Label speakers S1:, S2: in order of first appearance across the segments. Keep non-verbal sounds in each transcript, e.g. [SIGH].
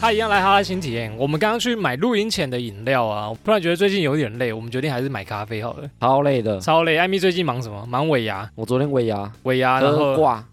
S1: 他一样来哈拉新体验。我们刚刚去买露营前的饮料啊，我突然觉得最近有点累，我们决定还是买咖啡好了。
S2: 超累的。
S1: 超累，艾米最近忙什么？忙尾牙，
S2: 我昨天尾牙
S1: 尾牙，啊然
S2: 喝
S1: 后
S2: 呃
S1: [LAUGHS]
S2: 挂，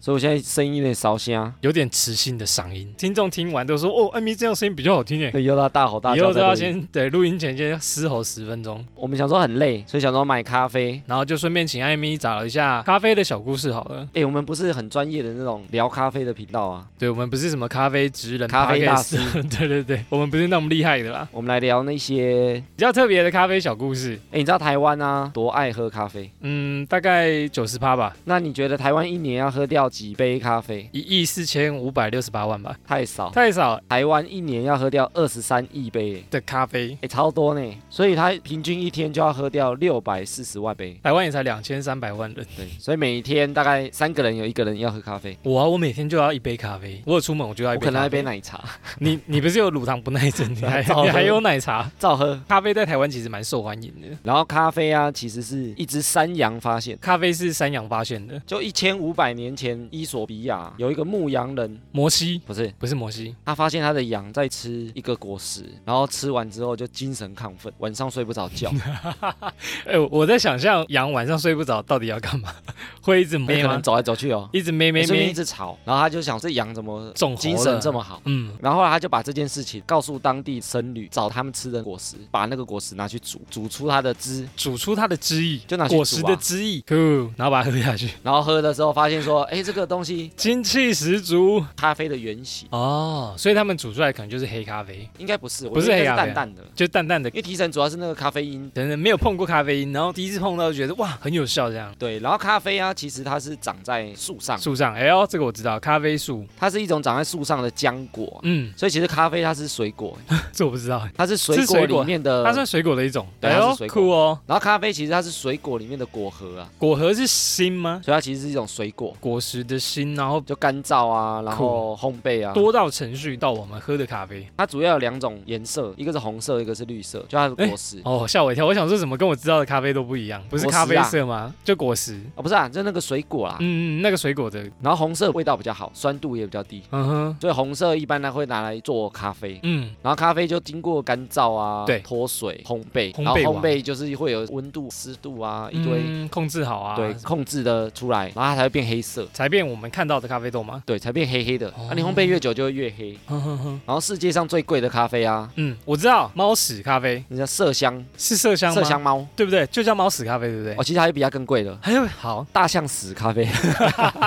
S2: 所以我现在声啊音有点烧香。
S1: 有点磁性的嗓音，听众听完都说哦，艾米这样声音比较好听耶。
S2: 以后他大吼大
S1: 哎以
S2: 叫
S1: 后
S2: 在
S1: 都
S2: 录
S1: 要
S2: 音。
S1: 先对录音前先嘶吼十分钟，
S2: 我们想说很累，所以想说买咖啡。
S1: 然后就顺便请艾米找一下咖啡的小故事好了。
S2: 哎、我们不是很专业的那种聊咖啡的频道啊，
S1: 对我们不是什么咖啡职人，
S2: 咖啡大
S1: podcast [LAUGHS]
S2: 师，
S1: 对对对，我们不是那么厉害的啦，
S2: [LAUGHS] 我们来聊那些。
S1: 比较特别的咖啡小故事。
S2: 哎、你知道台湾啊多爱喝咖啡？
S1: 嗯，大概九十趴吧，
S2: 那你觉得台湾一年要喝掉几杯咖啡？
S1: 一亿四千五百六十八万吧，
S2: 太少，
S1: 太少
S2: 台湾一年要喝掉二十三亿杯耶，
S1: 的咖啡
S2: 哎、。超多呢。所以他平均一天就要喝掉六百四十万杯。
S1: 台湾也才两千三百万人，
S2: 对，所以每天大概三个人有一个人要喝咖啡，
S1: 我啊，我每天就要一杯咖啡，我有出门我就要
S2: 我
S1: 一杯
S2: 可能
S1: 咖
S2: 一杯
S1: 啡。
S2: 奶茶， [LAUGHS]
S1: 你你不是有乳糖不耐症，你还
S2: 早喝
S1: 你还有奶茶？
S2: 照喝。
S1: 咖啡在台湾其实蛮受欢迎的，
S2: 然后咖啡啊，其实是一只山羊发现，
S1: 咖啡是山羊发现的，
S2: 就一千五百年前，伊索比亚有一个牧羊人，
S1: 摩西
S2: 不是
S1: 不是摩西，
S2: 他发现他的羊在吃一个果实，然后吃完之后就精神亢奋，晚上睡不着觉，
S1: 哎、我在想象羊晚上睡不着到底要干嘛，会一直
S2: [LAUGHS] 没
S1: 咩
S2: 可能
S1: 吗？
S2: 走来走去哦，
S1: 一直咩咩
S2: 顺便一
S1: 咩，
S2: 直吵，然后他就想这羊怎么
S1: 中
S2: 精神这么好。
S1: 嗯，
S2: 然后后来他就把这件事情告诉当地僧侣，找他们吃的果实，把那个果实拿去煮，煮出它的汁，
S1: 煮出它的汁液，
S2: 就拿去煮啊
S1: 果实的汁液，cool，然后把它喝下去，
S2: 然后喝的时候发现说，哎，这个东西
S1: 精气十足
S2: 咖啡的原型
S1: 哦。所以他们煮出来可能就是黑咖啡，
S2: 应该不是，我哎
S1: 不是
S2: 觉得应
S1: 黑
S2: 该
S1: 咖
S2: 是
S1: 啡啊
S2: 淡淡的，
S1: 就淡淡的
S2: 因，为提神主要是那个咖啡因。
S1: 可能没有碰过咖啡因，然后第一次碰到就觉得哇很有效这样。
S2: 对，然后咖啡啊，其实它是长在树上，
S1: 树上，哎呦，这个我知道，咖啡树，
S2: 它是一种长在树上的浆果，
S1: 嗯，
S2: 所以其实咖啡它是水果，
S1: 这我不知道，
S2: 它是水
S1: 是水
S2: 果
S1: 果
S2: 里面的
S1: 它。算水果的一种，
S2: 呃对
S1: 哎
S2: 它
S1: 呦
S2: 是水果
S1: 酷哦。
S2: 然后咖啡其实它是水果里面的果核啊，
S1: 果核是心吗？
S2: 所以它其实是一种水果，
S1: 果实的心，然后
S2: 就干燥啊，然后烘焙啊。
S1: 多到程序到我们喝的咖啡。
S2: 它主要有两种颜色，一个是红色，一个是绿色，就它的果实。
S1: 哦，吓我一跳，我想说怎么跟我知道的咖啡都不一样，不是
S2: 果实
S1: 咖
S2: 啊
S1: 啡色吗？就果实。
S2: 啊，不是啊，就那个水果啦。
S1: 嗯，嗯那个水果的，
S2: 然后红色味道比较好，酸度也比较低，
S1: 嗯哼，
S2: 所以红色一般呢会拿来做咖啡。
S1: 嗯，
S2: 然后咖啡就经过干燥啊，
S1: 对
S2: 脱水、烘焙，
S1: 烘焙
S2: 然后
S1: 完
S2: 烘焙就是会有温度、湿度啊，一堆、
S1: 嗯控制好啊，
S2: 对控制的出来，然后它才会变黑色，
S1: 才变我们看到的咖啡豆吗？
S2: 对，才变黑黑的。
S1: 哦
S2: 啊，你烘焙越久就会越黑。
S1: 哼哼哼，
S2: 然后世界上最贵的咖啡啊，
S1: 嗯，我知道猫屎咖啡
S2: 人家麝香，
S1: 是麝香吗？
S2: 麝香猫
S1: 对不对？就叫猫屎咖啡，对不对？
S2: 哦，其实还有比它更贵的，
S1: 还有好，
S2: 大象屎咖啡。 [LAUGHS]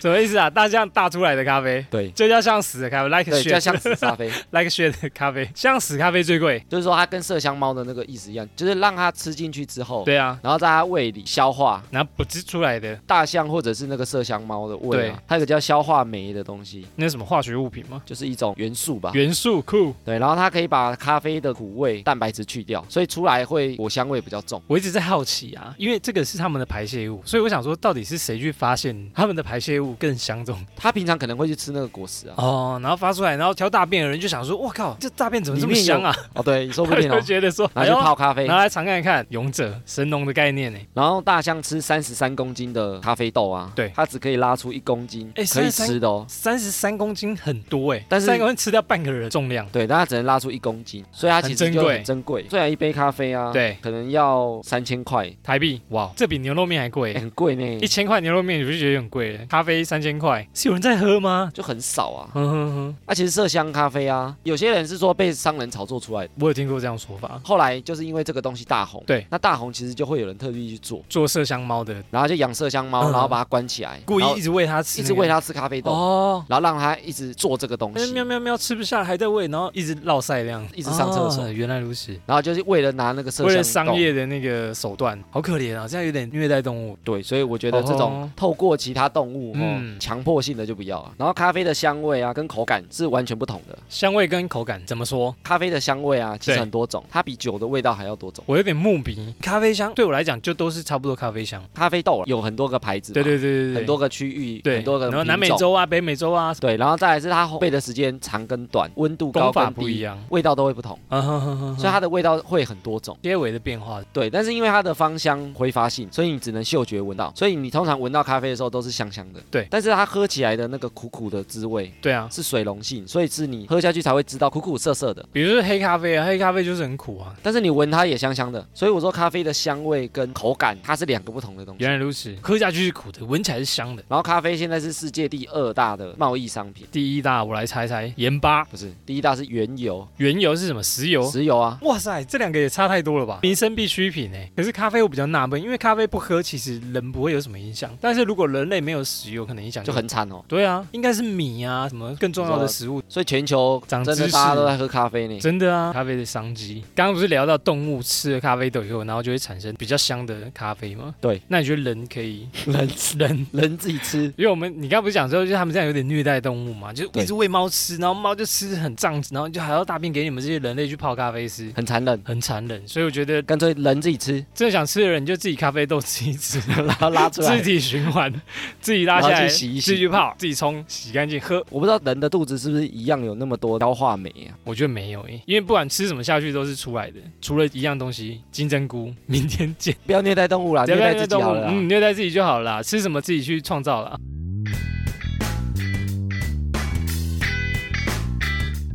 S1: 什么意思啊？大象大出来的咖啡。
S2: 对
S1: 就叫像死的咖啡，like
S2: 对，叫
S1: shit，like
S2: 象屎咖啡， [LAUGHS]
S1: shit 的咖啡，像死咖啡最贵。
S2: 就是说它跟麝香猫的那个意思一样，就是让它吃进去之后，
S1: 对啊，
S2: 然后在它胃里消化。
S1: 然后不是出来的
S2: 大象或者是那个麝香猫的胃、啊
S1: 对，
S2: 它有个叫消化酶的东西，
S1: 那是什么化学物品吗？
S2: 就是一种元素吧。
S1: 元素酷，
S2: 对，然后它可以把咖啡的苦味、蛋白质去掉，所以出来会果香味比较重。
S1: 我一直在好奇啊，因为这个是他们的排泄物，所以我想说，到底是谁去发现他们的排泄物更香重
S2: 它平常可能会去吃那个果实
S1: [LAUGHS]
S2: 啊。
S1: 哦？然后发出来，然后挑大便的人就想说，我靠，这大便怎么这么香啊？
S2: 哦，对，说不
S1: 他
S2: 定哦
S1: 就。觉得说，哎
S2: 拿去泡咖啡，
S1: 拿来尝看看，勇者神农的概念欸呢？
S2: 然后大象吃三十三公斤的咖啡豆啊，
S1: 对
S2: 它只可以拉出一公斤
S1: 哎
S2: 可以
S1: 33
S2: 吃的哦，
S1: 三十三公斤很多哎，
S2: 但是
S1: 三公斤吃掉半个人的重量。
S2: 对，但它只能拉出一公斤，所以它其
S1: 很
S2: 实
S1: 珍
S2: 就
S1: 贵
S2: 很珍贵。虽然一杯咖啡啊，
S1: 对
S2: 可能要三千块，
S1: 台币，哇，这比牛肉面还贵
S2: 哎
S1: 欸，
S2: 很贵呢
S1: 一，千块牛肉面你不是觉得很贵了？咖啡三千块，是有人在喝吗？
S2: 就很少啊。
S1: 哼哼哼，
S2: 啊，其实麝香咖啡啊，有些人是说被商人炒作出来的，
S1: 我有听过这样说法，
S2: 后来就是因为这个东西大红，
S1: 对，
S2: 那大红其实就会有人特地去做，
S1: 做麝香猫的
S2: 然后就养麝香猫，
S1: 嗯
S2: 然后把它关起来，
S1: 故意
S2: 然后
S1: 一直喂它吃、
S2: 一直喂它吃咖啡豆，
S1: 哦。
S2: 然后让它一直做这个东
S1: 但是
S2: 西
S1: 喵，喵喵吃不下还在喂，然后一直落晒这样，
S2: 一直上厕所
S1: 哦原来如此，
S2: 然后就是为了拿那个麝香
S1: 为了
S2: 豆
S1: 商业的那个手段，好可怜啊！这样有点虐待动物。
S2: 对，所以我觉得这
S1: 哦
S2: 种透过其他动物，
S1: 嗯
S2: 嗯，强迫性的就不要啊。然后咖啡的香味啊，跟口感是完全不同的。
S1: 香味跟口感怎么说？
S2: 咖啡的香味啊，其
S1: 对
S2: 实很多种，它比酒的味道还要多种。
S1: 我有点木鼻。咖啡香对啊我来讲就都是差不多咖啡香。
S2: 咖啡豆有很多个牌子嘛，
S1: 对对对对对，
S2: 很多个区域，
S1: 对，
S2: 很多个
S1: 然后南美
S2: 品种，
S1: 洲啊、北美洲啊，
S2: 对，然后再来是它烘焙的时间长跟短，温度高
S1: 功法
S2: 跟
S1: 不一
S2: 低，
S1: 样。
S2: 味道都会不同，
S1: 啊哈哈哈哈
S2: 所以它的味道会很多种。
S1: 结尾的变化，
S2: 对，但是因为它的芳香挥发性，所以你只能嗅觉闻到，所以你通常闻到咖啡的时候都是香香的。
S1: 对
S2: 但是它喝起来的那个苦苦的滋味
S1: 对啊，
S2: 是水溶性，所以是你喝下去才会知道苦苦涩涩的，
S1: 比如说黑咖啡啊，黑咖啡就是很苦啊。
S2: 但是你闻它也香香的。所以我说咖啡的香味跟口感它是两个不同的东西。
S1: 原来如此，喝下去是苦的，闻起来是香的。
S2: 然后咖啡现在是世界第二大的贸易商品，
S1: 第一大，我来猜猜，盐巴、
S2: 不是第一大是原油、
S1: 原油是什么？石油。
S2: 石油啊。
S1: 哇塞，这两个也差太多了吧？民生必需品哎、可是咖啡我比较纳闷，因为咖啡不喝其实人不会有什么影响，但是如果人类没有石油，可能影响
S2: 就很惨哦。
S1: 对啊，应该是米啊，什么更重要的食物，
S2: 所以全球
S1: 长
S2: 真的
S1: 知识
S2: 大家都在喝咖啡呢。
S1: 真的啊，咖啡的商机。刚刚不是聊到动物吃了咖啡豆以后，然后就会产生比较香的咖啡吗？
S2: 对，
S1: 那你觉得人可以
S2: [LAUGHS] 人
S1: 人？
S2: 人自己吃，
S1: 因为我们你刚不是讲说，就是他们这样有点虐待动物嘛，就是
S2: 对
S1: 一直喂猫吃，然后猫就吃得很胀，然后就还要大便给你们这些人类去泡咖啡吃，
S2: 很残忍，
S1: 很残忍。所以我觉得
S2: 干脆人自己吃，
S1: 真的想吃的人，你就自己咖啡豆吃一吃，
S2: 然后 [LAUGHS] 拉出
S1: 自
S2: 来。
S1: 己循环，自己拉下
S2: 然
S1: 来，
S2: 后去洗一洗
S1: 自己去泡，自己冲，洗干净喝。
S2: 我不知道人的肚子是不是一样有那么多消化酶啊？
S1: 我觉得没有诶、因为不管吃什么下去都是出来的，除了一样东西金针菇，明天见。
S2: 不要虐待动物啦，啊虐待自己好了啦。
S1: 嗯，虐待自己就好了啦，吃什么自己去创造啊了。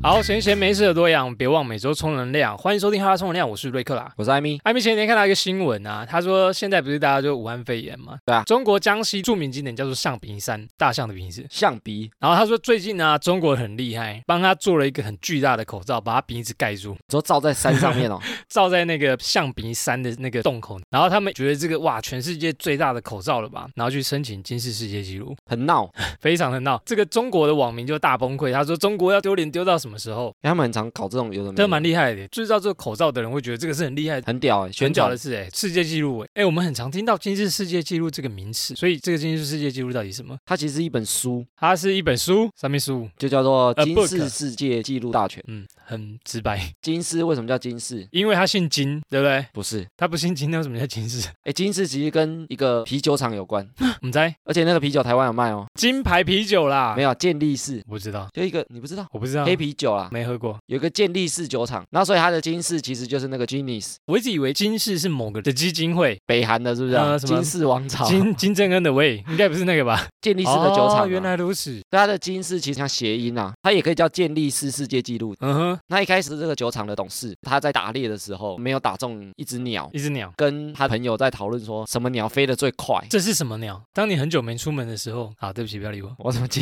S1: 好，闲闲没事的多养，别忘每周充能量。欢迎收听《哈拉充能量》，我是瑞克啦。
S2: 我是艾米，
S1: 艾米前几天看到一个新闻啊，他说现在不是大家就武汉肺炎嘛？
S2: 对啊
S1: 中国江西著名景点叫做象鼻山，大象的鼻子。
S2: 象鼻
S1: 然后他说最近呢、啊中国很厉害，帮他做了一个很巨大的口罩，把他鼻子盖住，
S2: 都罩在山上面 [LAUGHS] 哦，
S1: 罩在那个象鼻山的那个洞口。然后他们觉得这个哇，全世界最大的口罩了吧？然后去申请金氏世界纪录，
S2: 很闹，
S1: 非常的闹。这个中国的网民就大崩溃，他说中国要丢脸丢到什么时候？
S2: 他们很常搞这种有的没
S1: 这
S2: 的，
S1: 蛮厉害的，制造这个口罩的人会觉得这个是很厉害的。
S2: 很屌哎，
S1: 选
S2: 选
S1: 角
S2: 角
S1: 的
S2: 的
S1: 是哎，世界纪录哎，哎，我们很常听到金氏世界纪录这个名词，所以这个金氏世界纪录到底是什么？
S2: 它其实是一本书，
S1: 它是一本书，上面书，
S2: 就叫做
S1: A
S2: 《金氏世界纪录大全》。
S1: 嗯，很直白，
S2: 金氏为什么叫金氏？
S1: 因为他姓金，对不对？
S2: 不是，
S1: 他不姓金，那为什么叫金氏？
S2: [LAUGHS] 哎，金氏其实跟一个啤酒厂有关，
S1: 我们猜
S2: 而且那个啤酒台湾有卖哦，
S1: 金牌啤酒啦
S2: 没，有健力士，
S1: 我不知道，
S2: 就一个你不知道
S1: 我不
S2: [LAUGHS]
S1: 知道， [LAUGHS]
S2: 黑啤酒啦，
S1: 没喝过，
S2: 有一个健力士酒厂，那所以它的金氏其实就是那个 Genius
S1: 我一直以为金氏是某个的基金会，
S2: 北韩的，是不是、
S1: 呃
S2: 啊？
S1: 什么
S2: 金氏王朝， [LAUGHS]
S1: 金金正恩的位，应该不是那个吧？
S2: 健力士的酒厂啊、
S1: 哦原来如此，
S2: 对它的金氏其实像谐音啊，它也可以叫健力士世界纪录。
S1: 嗯哼，
S2: 那一开始这个酒厂的董事，他在打猎的时候没有打中一只鸟，
S1: 一只鸟。
S2: 跟他朋友在讨论说什么鸟飞得最快。。
S1: 这是什么鸟？当你很久没出门的时候，好，对不起，不要理 [LAUGHS] 我 [LAUGHS]
S2: 我怎么 [LAUGHS] 接？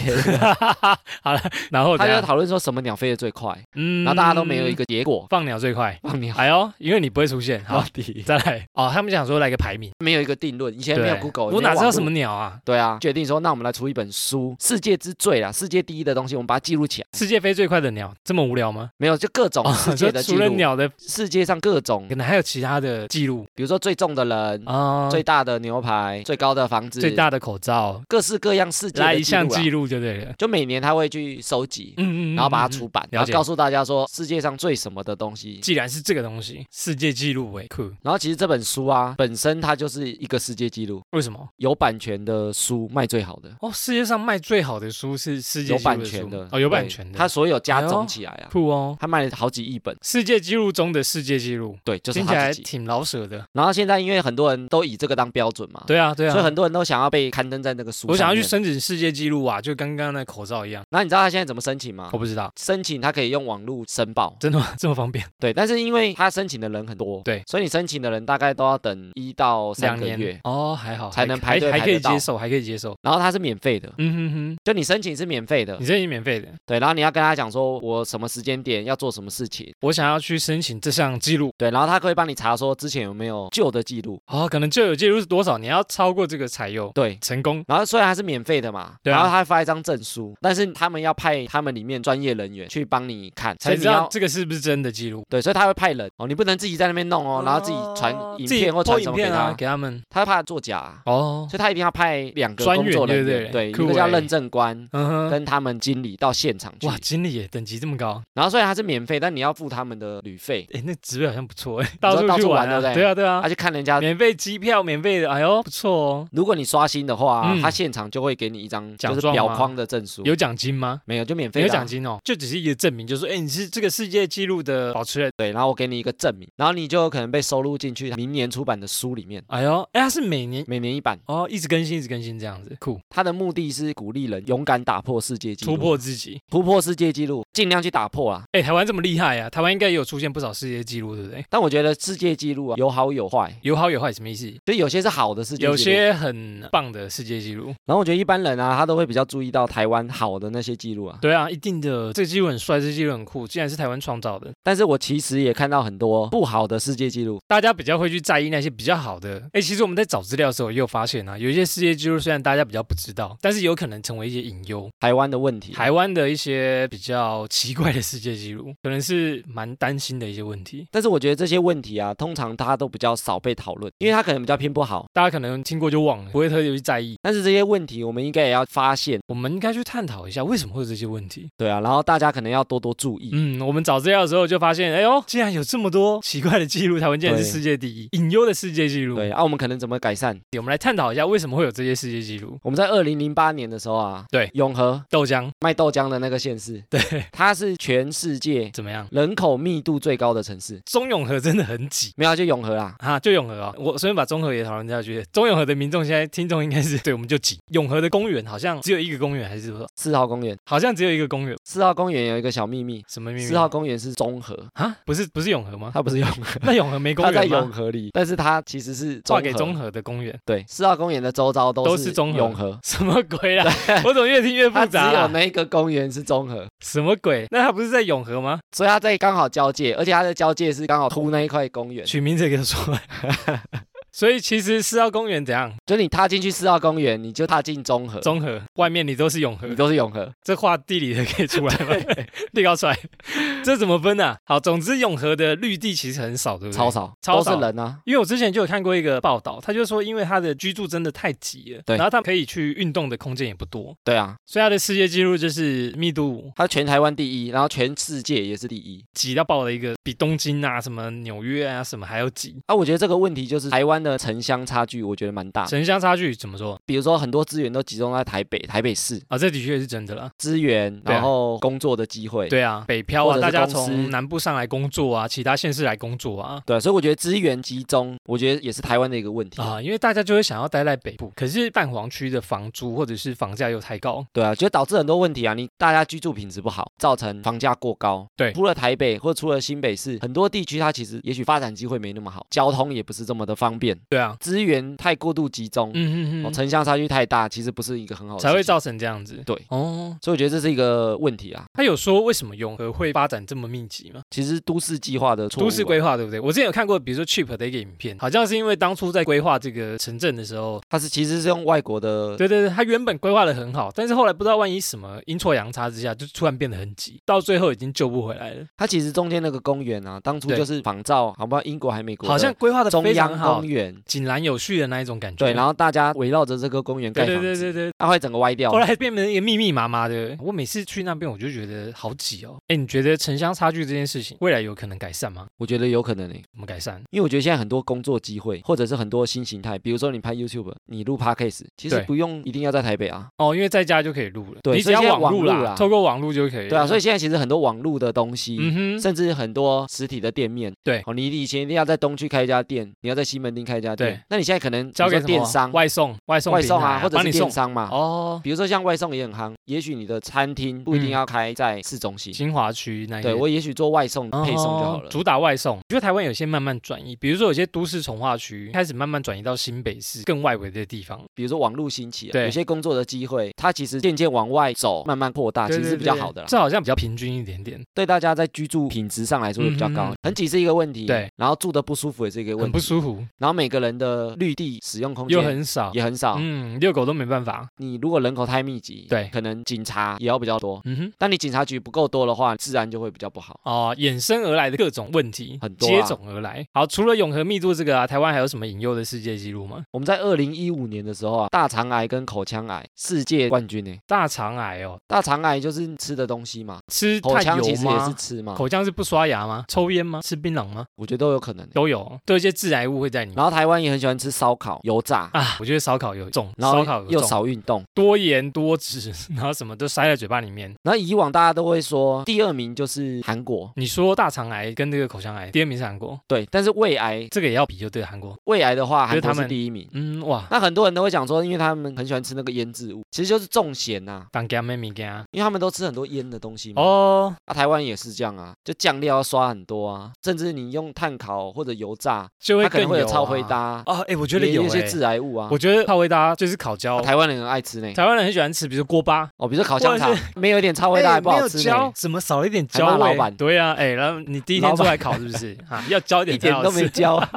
S1: 好了，然后
S2: 他
S1: 等
S2: 就
S1: 下
S2: 在讨论说什么鸟飞得最快，
S1: 嗯
S2: 然后大家都没有一个结果。
S1: 放鸟最快。
S2: 放鸟
S1: 哎呦，因为你不会出现，
S2: [LAUGHS] 到
S1: 好，
S2: 底
S1: 再来哦。他们想说来个排名，
S2: 没有一个定论，以前
S1: 对，
S2: 没有 Google，
S1: 我哪知道什么
S2: 鸟？
S1: 鸟啊？
S2: 对啊，决定说那我们来出一本书，世界之最啊啦，世界第一的东西，我们把它记录起来。
S1: 世界飞最快的鸟，这么无聊吗？
S2: 没有，就各种
S1: [LAUGHS]
S2: 哦世界的
S1: 哦除
S2: 记
S1: 了
S2: 录，
S1: 鸟的，
S2: 世界上各种
S1: 可，能还有其他的记录
S2: 比如说最重的人、
S1: 啊，
S2: 嗯最大的牛排、最高的房子、
S1: 最大的口罩，
S2: 各式各样世界
S1: 来
S2: 的
S1: 一项记
S2: 记录啊啦。
S1: 录就对了。
S2: 就每年他会去收集，
S1: 嗯嗯嗯
S2: 然后把它
S1: 嗯
S2: 出版，
S1: 解
S2: 然后告诉大家说世界上最什么的东西。
S1: 既然是这个东西，世界纪录哎，酷！
S2: 然后其实这本书啊，本身它就是一个世界纪录，
S1: 为什么？
S2: 有版权的书卖最好的，
S1: 哦，世界上卖最好的书是世界
S2: 有
S1: 纪录
S2: 版
S1: 的书
S2: 权的
S1: 哦，有版
S2: 对
S1: 权的，
S2: 它所有加
S1: 哎呦
S2: 总起来啊，
S1: 酷哦。
S2: 它卖了好几亿本，
S1: 世界纪录中的世界纪录，
S2: 对，就是
S1: 听起
S2: 他
S1: 来
S2: 自己。
S1: 挺老舍的。
S2: 然后现在因为很多人都以这个当标准嘛，
S1: 对啊，对啊，
S2: 所以很多人都想要被刊登在那个书上面。
S1: 我想要去申请世界纪录啊，就跟刚刚那口罩一样。
S2: 然后你知道他现在怎么申请吗
S1: 我？不知道，
S2: 申请他可以用网络申报，
S1: 真的吗？ [LAUGHS] 这么方便？
S2: 对，但是因为他申请的人很多，
S1: 对
S2: 所以你申请的人大概都要等一到三
S1: 两
S2: 个
S1: 年
S2: 月。
S1: 哦，还好，
S2: 才能
S1: 还
S2: 排队
S1: 还
S2: 排
S1: 还可以
S2: 得到
S1: 接受，还可以接受。
S2: 然后它是免费的，
S1: 嗯哼哼，
S2: 就你申请是免费的
S1: 你，这已经免费的，
S2: 对，然后你要跟他讲说，我什么时间点要做什么事情，
S1: 我想要去申请这项记录。
S2: 对，然后他会帮你查说之前有没有旧的记录，
S1: 哦，可能就有记录是多少，你要超过这个才有
S2: 对，
S1: 成功。
S2: 然后虽然它是免费的嘛，
S1: 对啊
S2: 然后他会发一张证书，但是他们要派他们里面专业人员去帮你看，所
S1: 才
S2: 以你
S1: 知道
S2: 要
S1: 这个是不是真的记录
S2: 对，所以他会派人哦，你不能自己在那边弄哦，然后自己传影片或传什么
S1: 自己 po
S2: 给
S1: 影片啊
S2: 他，
S1: 给他们
S2: 他怕作假啊、
S1: 哦，
S2: 所以他一定要派两个
S1: 专
S2: 工作
S1: 员
S2: 人
S1: 对
S2: 员，
S1: 不
S2: 对，
S1: 对
S2: 一
S1: 酷
S2: 个叫
S1: 欸
S2: 认证官。
S1: 嗯哼，
S2: 跟他们经理到现场去，
S1: 哇，经理也等级这么高，
S2: 然后所以它是免费，但你要付他们的旅费。
S1: 哎，那职位好像不错哎，
S2: 道
S1: 到处去
S2: 到
S1: 啊，
S2: 处玩对不对
S1: 对啊对啊
S2: 他、，去看人家，
S1: 免费机票，免费的，哎呦不错哦，
S2: 如果你刷新的话，
S1: 嗯
S2: 他现场就会给你一张
S1: 奖
S2: 就是
S1: 状
S2: 表
S1: 吗
S2: 框的证书，
S1: 有奖金吗？
S2: 没有就免费
S1: 没有
S2: 的啊、
S1: 奖金哦，就只是一个证明，就是说，哎，你是这个世界纪录的保持人。
S2: 对，然后我给你一个证明，然后你就有可能被收录进去明年出版的书里面，
S1: 哎呦，哎，它是每年
S2: 每年一版。
S1: 哦，一直更新，一直更新这样子，酷，
S2: 它的目的是鼓励人勇敢打破世界纪录，
S1: 突破自己。
S2: 突破世界纪录，尽量去打破啊。
S1: 哎，台湾这么厉害啊，台湾应该也有出现不少世界纪录，对不对？
S2: 但我觉得世界纪录啊有好有坏，
S1: 有好有坏，什么意思？
S2: 就有些是好的世界纪录，
S1: 有些很棒的世界纪录，
S2: 然后我觉得一般人啊，他都会比较注意到台湾好的那些记录啊。
S1: 对啊，一定的，这个纪录很帅，这个纪录很酷，既然是台湾创造的，
S2: 但是我其实也看到很多不好的世界纪录，
S1: 大家比较会去在意那些比较好的。哎，其实我们在找资料的时候也有发现啊，有一些世界纪录虽然大家比较不知道，但是有可能成为一些隐忧。
S2: 台湾的问题。啊
S1: 台湾的一些比较奇怪的世界纪录，可能是蛮担心的一些问题。
S2: 但是我觉得这些问题啊，通常它都比较少被讨论，因为它可能比较偏不好。
S1: 大家可能听过就忘了，不会特别去在意。
S2: 但是这些问题我们应该也要发现，
S1: 我们应该去探讨一下为什么会有这些问题。
S2: 对啊，然后大家可能要多多注意。
S1: 嗯，我们找资料的时候就发现，哎呦，竟然有这么多奇怪的记录，台湾竟然是
S2: 对
S1: 世界第一，隐忧的世界纪录。
S2: 对啊，我们可能怎么改善？
S1: 我们来探讨一下为什么会有这些世界纪录。
S2: 我们在二零零八年的时候啊，
S1: 对
S2: 永和
S1: 豆浆
S2: 卖豆浆的那个县市，对，它是全世界
S1: 怎么样？
S2: 人口密度最高的城市，
S1: 中永和真的很挤。
S2: 没有啊就永和啦。
S1: 啊，就永和啊！我顺便把中和也讨论下去。中永和的民众现在听众应该是 [LAUGHS] 对，我们就挤。永和的公园好像只有一个公园，还是说
S2: 四号公园，
S1: 好像只有一个公园？
S2: 四号公园有一个小秘密，
S1: 什么秘密？
S2: 四号公园是中
S1: [LAUGHS]
S2: 和，
S1: 啊，不是不是永和吗？
S2: 它不是永和，
S1: 那永和没
S2: 它
S1: 公
S2: 在
S1: 园
S2: 永
S1: 吗？
S2: 和里，但是它其实是
S1: [LAUGHS] 划给
S2: 中
S1: 中
S2: 和。
S1: 和的公园，
S2: 对，四号公园的周遭
S1: 都
S2: 都
S1: 是
S2: 是
S1: 中和
S2: 永和，
S1: 什么鬼
S2: [LAUGHS]
S1: 啦？我怎么越听越复
S2: 它只
S1: 杂啊
S2: 有
S1: 啦？
S2: 那一个公园是中和，
S1: 什么鬼？那它不是在永和吗？
S2: 所以它在刚好交界，而且它的交界是刚好秃那一块公园，
S1: 取名这个说
S2: [LAUGHS]
S1: 来。所以其实四号公园怎样？
S2: 就你踏进去四号公园，你就踏进中和，
S1: 中和外面你都是永和
S2: 你，都是永和。
S1: 这画地理的可以出来吗？地高出来，这怎么分啊？好，总之永和的绿地其实很少，对不对？
S2: 超少，
S1: 超
S2: 都
S1: 少
S2: 是人啊，
S1: 因为我之前就有看过一个报道，他就说，因为他的居住真的太挤了，
S2: 对
S1: 然后他可以去运动的空间也不多，
S2: 对啊，
S1: 所以他的世界纪录就是密度
S2: 它全台湾第一，然后全世界也是第一。
S1: 挤到爆的一个，比东京啊、什么纽约啊、什么还要挤，
S2: 啊，我觉得这个问题就是台湾的城乡差距，我觉得蛮大。
S1: 城乡差距怎么说
S2: 比如说很多资源都集中在台北，台北市
S1: 啊？这的确是真的啦。
S2: 资源，
S1: 对啊
S2: 然后工作的机会。
S1: 对啊，北漂
S2: 或
S1: 啊，
S2: 者
S1: 大
S2: 是
S1: 家
S2: 公司
S1: 从南部上来工作啊，其他县市来工作啊。
S2: 对，所以我觉得资源集中，我觉得也是台湾的一个问题。
S1: 啊，因为大家就会想要待在北部，可是蛋黄区的房租或者是房价又太高，
S2: 对啊，就导致很多问题啊，你大家居住品质不好，造成房价过高。
S1: 对
S2: 除了台北或除了新北市，很多地区它其实也许发展机会没那么好，交通也不是这么的方便，
S1: 对啊，
S2: 资源太过度集中，
S1: 嗯嗯
S2: 哦，
S1: 嗯，
S2: 城乡差距太大，其实不是一个很好的
S1: 才会
S2: 事情
S1: 造成这样子。
S2: 对
S1: 哦，
S2: 所以我觉得这是一个问题啊。
S1: 他有说为什么永和会发展这么密集吗？
S2: 其实都市计划的错误啊、
S1: 都市规划对不对？我之前有看过，比如说 Cheap 的一个影片，好像是因为当初在规划这个城镇的时候，
S2: 它是其实是用外国的，
S1: 对对对，他原本规划的很好，但是后来不知道万一什么阴错阳差之下，就突然变得很挤，到最后已经救不回来了。
S2: 它其实中间那个公园啊，当初
S1: 对
S2: 就是仿照，好不好？英国还美国的
S1: 好像规划的
S2: 中
S1: 非常
S2: 央
S1: 好
S2: 公，园，
S1: 井然有序的那一种感觉。
S2: 对，然
S1: 后
S2: 后大家围绕着这个公园盖
S1: 对
S2: 房
S1: 对
S2: 子，
S1: 对对对，
S2: 它会整个歪掉
S1: 后。来变成一个密密麻麻的。我每次去那边，我就觉得好挤哦。哎，你觉得城乡差距这件事情未来有可能改善吗？
S2: 我觉得有可能诶、
S1: 怎么改善？
S2: 因为我觉得现在很多工作机会，或者是很多新形态，比如说你拍 YouTube，你录 Podcast，其实
S1: 对
S2: 不用一定要在台北啊。
S1: 哦，因为在家就可以录了，
S2: 对
S1: 你只
S2: 所以
S1: 要
S2: 现在
S1: 网
S2: 网
S1: 路
S2: 路
S1: 啦，
S2: 啦
S1: 透过网路就可以了。
S2: 对啊，所以现在其实很多网络的东西，
S1: 嗯哼，
S2: 甚至很多实体的店面，
S1: 对
S2: 哦，你以前一定要在东区开一家店，你要在西门町开一家
S1: 对
S2: 店，那你现在可能
S1: 交给
S2: 比
S1: 什
S2: 如说
S1: 么
S2: 电商、
S1: 外送、外送
S2: 外
S1: 平
S2: 送
S1: 台
S2: 啊，或者
S1: 帮
S2: 是
S1: 你
S2: 电
S1: 送
S2: 商嘛。
S1: 哦，
S2: 比如说像外送也很夯，也许你的餐厅不一定
S1: 嗯
S2: 要开在市中心，
S1: 新华区那一
S2: 对
S1: 边
S2: 我也许做外送配送就好
S1: 哦
S2: 了。
S1: 主打外送。我觉得台湾有些慢慢转移，比如说有些都市从化区开始慢慢转移到新北市更外围的地方。
S2: 比如说网络兴起啊，
S1: 对
S2: 有些工作的机会，它其实渐渐往外走，慢慢扩大，啊其
S1: 对
S2: 实
S1: 对
S2: 是比较
S1: 对
S2: 好的啦，
S1: 这好像比较平均一点点，
S2: 对大家在居住品质上来说也比较
S1: 嗯嗯
S2: 高
S1: 嗯。
S2: 很挤是一个问题，
S1: 对，
S2: 然后住的不舒服也是一个问
S1: 很
S2: 题，
S1: 不舒服，
S2: 然后每个人的绿地使用空
S1: 又
S2: 间
S1: 很少。
S2: 也很少，
S1: 嗯，遛狗都没办法。
S2: 你如果人口太密集，
S1: 对
S2: 可能警察也要比较多。
S1: 嗯哼，啊
S2: 但你警察局不够多的话，治安就会比较不好，
S1: 哦、衍生而来的各种问题。
S2: 很多
S1: 接
S2: 啊
S1: 踵而来。好，除了永和密度这个啊，台湾还有什么引诱的世界纪录吗？
S2: 我们在二零一五年的时候啊，大肠癌跟口腔癌世界冠军呢、
S1: 大肠癌哦，
S2: 大肠癌就是吃的东西嘛，
S1: 吃
S2: 口
S1: 太
S2: 腔
S1: 油
S2: 其实也是啊
S1: 吗？
S2: 吃嘛，
S1: 口腔是不刷牙吗？抽烟吗？吃槟榔吗？
S2: 我觉得都有可能欸、
S1: 都有，都有一些致癌物会在里面
S2: 然后台湾也很喜欢吃烧烤、油炸，
S1: 啊。我觉得烧烤有重，
S2: 然
S1: 烧烤
S2: 后又
S1: 有重，
S2: 少运动。
S1: 多盐多脂， [LAUGHS] 然后什么都塞在嘴巴里面。
S2: 然后以往大家都会说第二名就是韩国，
S1: 你说大肠癌跟这个口腔癌，第二名是韩国，
S2: 对，但是胃癌，
S1: 这个也要比就对了韩国。
S2: 胃癌的话
S1: 就是
S2: 韩
S1: 他
S2: 国
S1: 们
S2: 是第一名。
S1: 嗯，哇，
S2: 那很多人都会讲说，因为他们很喜欢吃那个腌制物，其实就是重咸呐、
S1: 当家妹咪家
S2: 因为他们都吃很多腌的东西嘛。
S1: 哦，
S2: 啊，台湾也是这样啊，就酱料要刷很多啊，甚至你用炭烤或者油炸，
S1: 就会
S2: 它可
S1: 更
S2: 能会有
S1: 啊
S2: 超灰搭，
S1: 哦，哎，我觉
S2: 也
S1: 得有
S2: 有一些
S1: 欸
S2: 致癌物啊
S1: 我。觉得泡味搭就是烤焦，
S2: 啊
S1: 台
S2: 台湾人很爱吃呢，
S1: 台湾人很喜欢吃，比如说锅巴，
S2: 哦，比如说烤香
S1: 或
S2: 肠
S1: 者，哎
S2: 没有一点超灰搭还不
S1: 没
S2: 好
S1: 有
S2: 吃呢
S1: 焦，，怎么少了一点
S2: 还
S1: 焦
S2: 骂
S1: 味？
S2: 老板
S1: 对呀、哎，然后你第一
S2: 老
S1: 天
S2: 板
S1: 出来烤是不是啊？要焦一点
S2: [LAUGHS] 一
S1: 才
S2: 点
S1: 好
S2: 都
S1: 吃
S2: 没焦。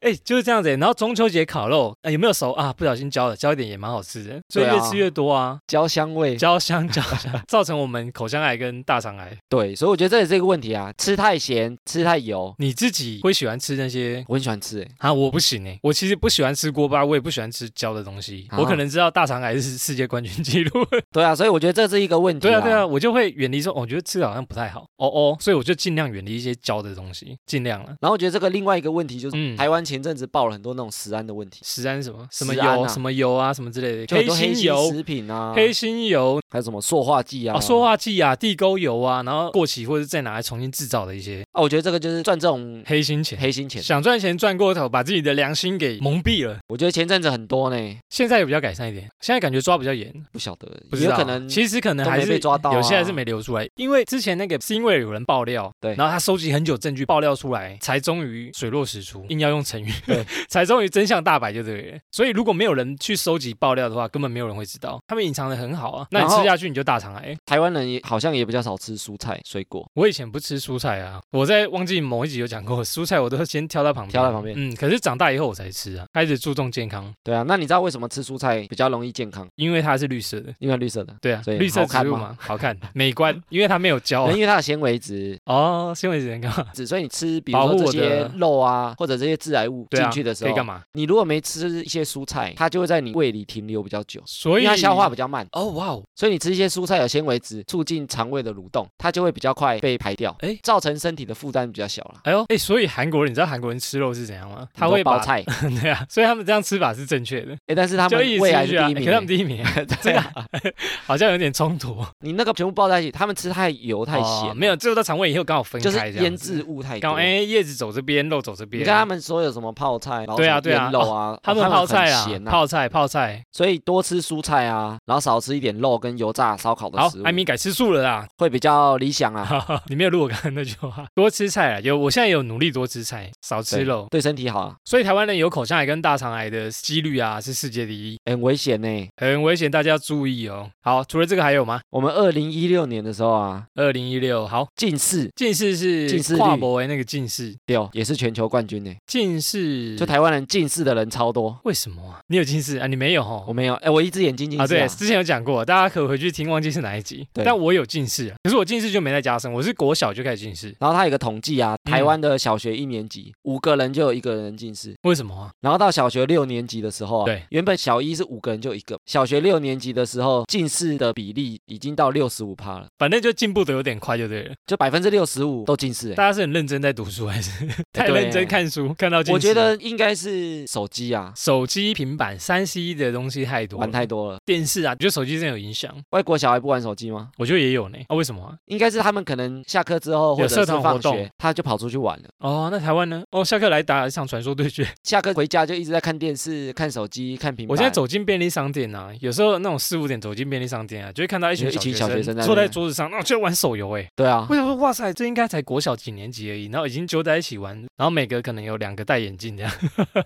S1: 哎，就是这样子、然后中秋节烤肉、哎有没有熟啊？不小心焦了，焦一点也蛮好吃的，所以
S2: 对啊
S1: 越吃越多啊，
S2: 焦香味，
S1: 焦香焦香， [LAUGHS] 造成我们口腔癌跟大肠癌。
S2: 对，所以我觉得这也是一个问题啊，吃太咸，吃太油，
S1: 你自己会喜欢吃那些？
S2: 我很喜欢吃诶，欸
S1: 啊，我不行哎、我其实不喜欢吃锅巴，我也不喜欢吃焦的东西。
S2: 啊
S1: 我可能知道大肠癌是世界冠军记录，
S2: 对啊，所以我觉得这是一个问题。
S1: 对啊，对啊，，我就会远离说，哦我觉得吃的好像不太好，哦哦，所以我就尽量远离一些焦的东西，尽量啊了。
S2: 然后我觉得这个另外一个问题就是，
S1: 嗯
S2: 台湾前阵子爆了很多那种食安的问题，
S1: 食安是什么什么
S2: 食安
S1: 油、
S2: 啊
S1: 什么油啊什么之类的，
S2: 就很
S1: 黑
S2: 多黑
S1: 心
S2: 心
S1: 油、
S2: 食品啊，
S1: 黑心油
S2: 还有什么塑化剂啊，
S1: 啊、塑化剂啊、地沟油啊，然后过期或者再拿来重新制造的一些
S2: 啊，我觉得这个就是赚这种
S1: 黑心钱，
S2: 黑心钱。
S1: 想赚钱赚过头，把自己的良心给蒙蔽了。
S2: 我觉得前阵子很多呢，
S1: 现在也比较改善一点，现在感觉抓比较严，
S2: 不晓得，
S1: 不
S2: 也
S1: 知
S2: 有
S1: 道啊
S2: 可能
S1: 其实可能
S2: 都
S1: 还
S2: 没
S1: 是
S2: 被抓到啊
S1: 有些还是没流出来，因为之前那个是因为有人爆料，
S2: 对
S1: 然后他收集很久证据爆料出来，才终于水落石出，硬要用成语
S2: 嗯对，
S1: [LAUGHS] 才终于真相大白就对了。所以如果没有人去收集爆料的话，根本没有人会知道，他们隐藏的很好啊。那你
S2: 然后
S1: 吃下去你就大肠癌。
S2: 台湾人也好像也比较少吃蔬菜水果，
S1: 我以前不吃蔬菜啊，我在忘记某一集有讲过，蔬菜我都先挑到旁边，
S2: 挑到旁边
S1: 嗯，可是长大以后我才吃啊，开始注重健康，
S2: 对啊，那你知道为什么吃蔬菜比较容易健康？
S1: 因为它是绿色的。
S2: 因为绿色的，
S1: 对啊，
S2: 所以
S1: 绿色
S2: 好看
S1: 植物
S2: 吗哎
S1: 嘛，好看，美观，因为它没有胶
S2: [LAUGHS]
S1: 啊
S2: 因为它的纤维质，
S1: 哦，纤维质能干嘛？
S2: 只所以你吃比如
S1: 保护
S2: 说这
S1: 我
S2: 些
S1: 的
S2: 肉啊或者这些致癌物
S1: 对啊
S2: 进去的时
S1: 可以，
S2: 候
S1: 干嘛？
S2: 你如果没吃一些蔬菜，它就会在你胃里停留比较久。
S1: 所
S2: 因
S1: 以
S2: 为它消化比较慢，
S1: 哦，哇哦，
S2: 所以你吃一些蔬菜有纤维质，促进肠胃的蠕动，它就会比较快被排掉，
S1: 诶
S2: 造成身体的负担比较小了。
S1: 哎呦，哎，所以韩国人，你知道韩国人吃肉是怎样吗？他
S2: 很多
S1: 会
S2: 包
S1: 把
S2: 菜，
S1: [LAUGHS] 对啊，所以他们这样吃法是正确的，
S2: 哎，但是他
S1: [LAUGHS]
S2: 们
S1: 就一直
S2: 胃还
S1: 吃
S2: 是
S1: 去啊，
S2: 第
S1: 哎
S2: 一
S1: 可是
S2: 名
S1: 他们
S2: 欸。
S1: 第一名，
S2: [LAUGHS]
S1: 这样好像有点冲突，
S2: 你那个全部抱在一起，他们吃太油太
S1: 哦
S2: 咸，
S1: 没有，最后到肠胃以后刚好分
S2: 就是
S1: 开这
S2: 腌
S1: 样子
S2: 制。物太
S1: 刚
S2: 多
S1: 好。哎，叶子走这边，肉走这边。
S2: 你看他们所有什么泡菜，然后
S1: 对啊
S2: 什么
S1: 对啊
S2: 腌肉啊，
S1: [LAUGHS] 他
S2: 哦
S1: 们泡菜
S2: 很
S1: 啊，
S2: 咸啊，
S1: 泡菜泡菜。
S2: 所以多吃蔬菜啊，然后少吃一点肉跟油炸烧烤的
S1: 好
S2: 食，物
S1: 艾，米改吃素了啦。哦
S2: 会比较理想啊，
S1: 你没有录我刚刚那句话，多吃菜啊。有，我现在有努力多吃菜，少吃
S2: 对
S1: 肉。
S2: 对身体好啊，
S1: 所以台湾人有口腔癌跟大肠癌的几率啊是世界第一，
S2: 很危险呢。
S1: 很危险，大家要注意哦。好，除了这个还有吗？
S2: 我们二零一六年的时候啊，
S1: 二零一六，好，
S2: 近视
S1: 近视
S2: 近视
S1: 是
S2: 率
S1: 跨博为那个近视，
S2: 六也是全球冠军呢，
S1: 近视
S2: 就台湾人近视的人超多。
S1: 为什么啊？你有近视啊？你没有
S2: 我
S1: 哦。
S2: 没有，哎，我一只眼睛近
S1: 啊，
S2: 视
S1: 对，
S2: 啊，
S1: 之前有讲过，大家可以回去听，忘记是哪一集。
S2: 对
S1: 但我有近视啊，可是我近视就没再加深，我是国小就开始近视，
S2: 然后他有个统计啊，
S1: 嗯
S2: 台湾的小学一年级五个人就有一个人近视，
S1: 为什么啊？
S2: 然后到小学六年级的时候啊，
S1: 对，
S2: 原本小一是五个人就一个，小学六年级的时候近视的比例已经到六十五趴了，
S1: 反正就进步的有点快就对了。
S2: 就百分之六十五都近视、欸。
S1: 大家是很认真在读书，还是太
S2: 对
S1: 认真看书看到近视？啊
S2: 我觉得应该是手机啊，
S1: 手机、平板、三 C 的东西太多了，
S2: 玩太多了。
S1: 电视啊，我觉得手机真的有影响，
S2: 外国小孩不玩手机吗？
S1: 我觉得也有呢。啊，为什么啊、
S2: 应该是他们可能下课之后或
S1: 有
S2: 者
S1: 社
S2: 是
S1: 团活
S2: 放
S1: 动
S2: 学，他就跑出去玩了。
S1: 哦，那台湾呢？哦，下课来打一场传说对决。
S2: 下课回家就一直在看电视、看手机、看平板。
S1: 我现在走进便利商店啊，有时候那种四五点走进便利商店啊，就会看到一群
S2: 有一群小学生在那
S1: 坐在
S2: 边
S1: 桌子上，然后就玩手游哎。[LAUGHS]
S2: 对啊
S1: 我，想说，哇塞，这应该才国小几年级而已，然后已经揪在一起玩，然后每个可能有两个戴眼镜这
S2: [LAUGHS]
S1: 样，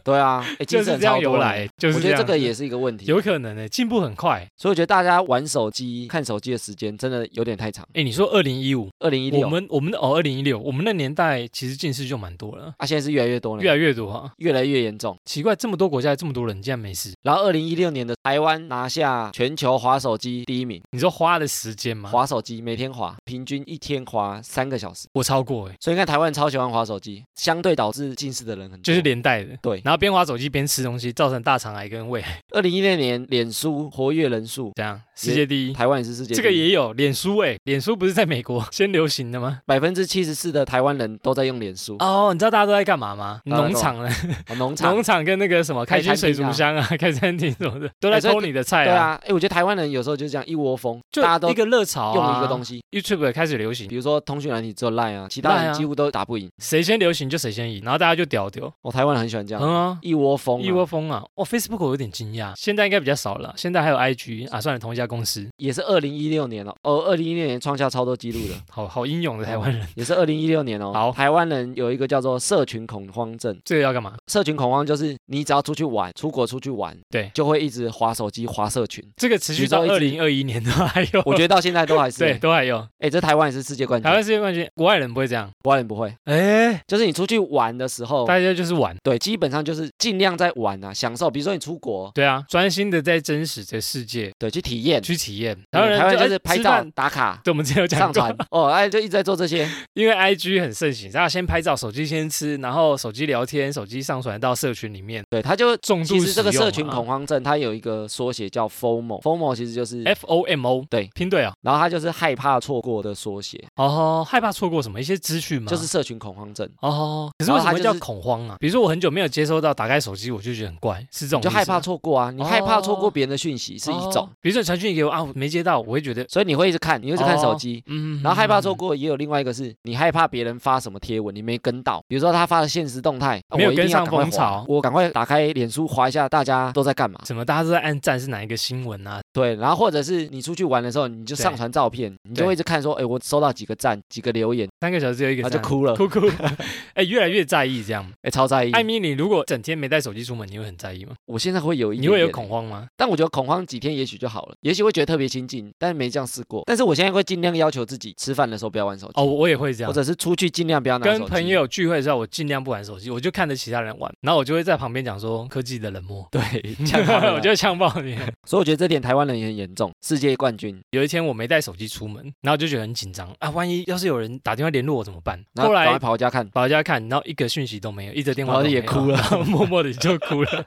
S2: 对啊，
S1: [LAUGHS]
S2: 哎，
S1: 就
S2: 精
S1: 是
S2: 神
S1: 这样
S2: 超多
S1: 由
S2: 的
S1: 来，就是
S2: 我觉得这
S1: 样
S2: 个也是一个问题，
S1: 有可能呢，进步很快。
S2: 所以我觉得大家玩手机、看手机的时间真的有点太长。
S1: 哎，你说二零一五，
S2: 二零一
S1: 我
S2: 六，
S1: 们我们的哦二零一六，我们那年代其实近视就蛮多了，
S2: 啊，现在是越来越多了，
S1: 越来越多啊。
S2: 越来越严重。
S1: 奇怪，这么多国家这么多人，竟然没事？
S2: 然后二零一六年的台湾拿下全球滑手机第一名，
S1: 你说花的时间吗？
S2: 滑手机每天滑，平均一天滑三个小时，
S1: 我超过哎、
S2: 所以你看台湾人超喜喜欢划手机，相对导致近视的人很多。
S1: 就是连带的。
S2: 对
S1: 然后边滑手机边吃东西，造成大肠癌跟胃癌
S2: 二零一六年脸书活跃人数，
S1: 这样，世界第一。
S2: 台湾也是世界
S1: 这个也有脸书哎、脸书不是在美
S2: [LAUGHS]
S1: 国先流行的吗？
S2: 百分之七十四的台湾人都在用脸书，
S1: 哦，你知道大家都在干嘛吗？
S2: 大家都
S1: 农场呢？
S2: 哦农场
S1: 农。场跟那个什么开
S2: 开
S1: 心
S2: 餐
S1: 水
S2: 厅
S1: 族
S2: 啊
S1: 箱啊、开餐厅什么的，都在
S2: 哎所以
S1: 偷你的菜
S2: 对
S1: 啊，
S2: 啊，哎，我觉得台湾人有时候就是这样一窝蜂，
S1: 就
S2: 大家都
S1: 一个啊热潮、
S2: 用一个东
S1: 西
S2: 西，
S1: ，YouTube 开始流行
S2: 比，如说通讯软体只有 Line 啊，其他
S1: Line 啊
S2: 人几乎都打不赢。
S1: 谁先流行就谁先赢，然后大家就屌屌，
S2: 哦，台湾人很喜欢这
S1: 嗯
S2: 样，
S1: 啊。
S2: 一窝蜂啊，
S1: 一窝蜂啊！哦，Facebook 我有点惊讶，现在应该比较少了。现在还有 IG 啊，算了，同一家公司，
S2: 也是二零一六年哦，哦，二零一六年创下超多记录的，
S1: 好好英勇的台湾人。
S2: 也是二零一六年哦。
S1: 好
S2: 台湾人有一个叫做社群恐慌症，
S1: 这个要干嘛？
S2: 社群恐慌就是你只要出去玩，出国出去玩，
S1: 对
S2: 就会一直划手机、划社群。
S1: 这个持续
S2: 宇宙
S1: 到
S2: 一
S1: 二
S2: 直
S1: 零二一年都还有，
S2: 我觉得到现在都还是，
S1: [LAUGHS] 对
S2: 哎、
S1: 都还有。
S2: 这台湾也是世界冠军
S1: 台，湾世界冠军，国外人不会这样。
S2: 国外人不会，
S1: 哎，
S2: 就是你出去玩的时候，
S1: 大家就是玩，
S2: 对，基本上就是尽量在玩啊，享受，比如说你出国，
S1: 对啊，专心的在真实的世界
S2: 对，去体验。
S1: 去体验。台湾
S2: 嗯
S1: 人
S2: 台湾就
S1: 哎
S2: 是拍
S1: 吃
S2: 照
S1: 饭
S2: 打卡。
S1: 对，我们之前有 [LAUGHS] 讲
S2: 上
S1: 过
S2: 传，哦，哎，就一直在做这些，
S1: 因为 IG 很盛行，大家先拍照，手机先吃，然后手机聊天，手机上传到社群里面，
S2: 对，他就
S1: 重度
S2: 其实这个
S1: 使用啊
S2: 社群
S1: 嘛
S2: 恐慌症，它有一个缩写叫 FOMO，FOMO 其实就是，
S1: F O M O
S2: 对
S1: 拼对啊，
S2: 然后它就是害怕错过的缩写，
S1: 哦，害怕错过什么一些资讯吗？
S2: 就是社群恐慌症，
S1: 哦，可是为什
S2: 然后
S1: 么
S2: 它就
S1: 叫
S2: 是
S1: 恐慌啊？比如说我很久没有接收到，打开手机我就觉得很怪，是这种
S2: 就
S1: 意
S2: 害
S1: 思吗
S2: 怕错过啊，你害怕错
S1: 哦
S2: 过别人的讯息是一种
S1: 哦，比如说你传讯息给我啊，我没接到，我会觉得
S2: 所以你会一直看，你会一直看手机。
S1: 嗯，
S2: 然后害怕错
S1: 说
S2: 过，也有另外一个是你害怕别人发什么贴文，你没跟到，比如说他发的现实动态，啊
S1: 没有
S2: 我一定
S1: 跟
S2: 要
S1: 上
S2: 赶快
S1: 风
S2: 滑
S1: 潮
S2: 我赶快打开脸书划一下，大家都在干嘛？
S1: 什么，大家都在暗赞是哪一个新闻啊？
S2: 对，然后或者是你出去玩的时候，你就
S1: 对
S2: 上传照片，你就
S1: 对
S2: 会一直看说，哎，我收到几个赞，几个留言，
S1: 三个小时只有一个
S2: 然后
S1: 赞，
S2: 就 [LAUGHS] 哭了，
S1: 哭哭， [LAUGHS] 哎，越来越在意这样。
S2: 哎，超在意。
S1: 艾米，你如果整天没带手机出门，你会很在意吗？
S2: 我现在会有一
S1: 你
S2: 点
S1: 会有
S2: 点
S1: 恐
S2: 欸，
S1: 慌吗？
S2: 但我觉得恐慌几天也许就好了，也许会觉得特别亲近，但没这样试过。但是我现在会尽量要求自己吃饭的时候不要玩手机，
S1: 哦，我也会这样
S2: 或。者是出去尽量不要拿手
S1: 跟
S2: 机。
S1: 朋友聚会的时候，我尽量不玩手机，我就看着其他人玩，然后我就会在旁边讲说科技的冷
S2: [LAUGHS]
S1: 漠，
S2: 对，呛
S1: [LAUGHS]
S2: 他们
S1: 我就会呛爆你。
S2: 所以我觉得这点台湾人也很严重，世界冠军。
S1: 有一天我没带手机出门，然后我就觉得很紧张啊，万一要是有人打电话联络我怎么办？
S2: 然
S1: 后
S2: 后赶快
S1: 来
S2: 跑回家看，
S1: 跑回家看，然后一个讯息都没有，一则电话
S2: 然后
S1: 都
S2: 也
S1: 没有
S2: 哭了，
S1: 然后 [LAUGHS] 默默的就哭
S2: [LAUGHS]
S1: 了。，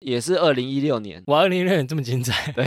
S2: 也是二零一六年
S1: 哇，二零一六年这么精彩， [LAUGHS]
S2: 对，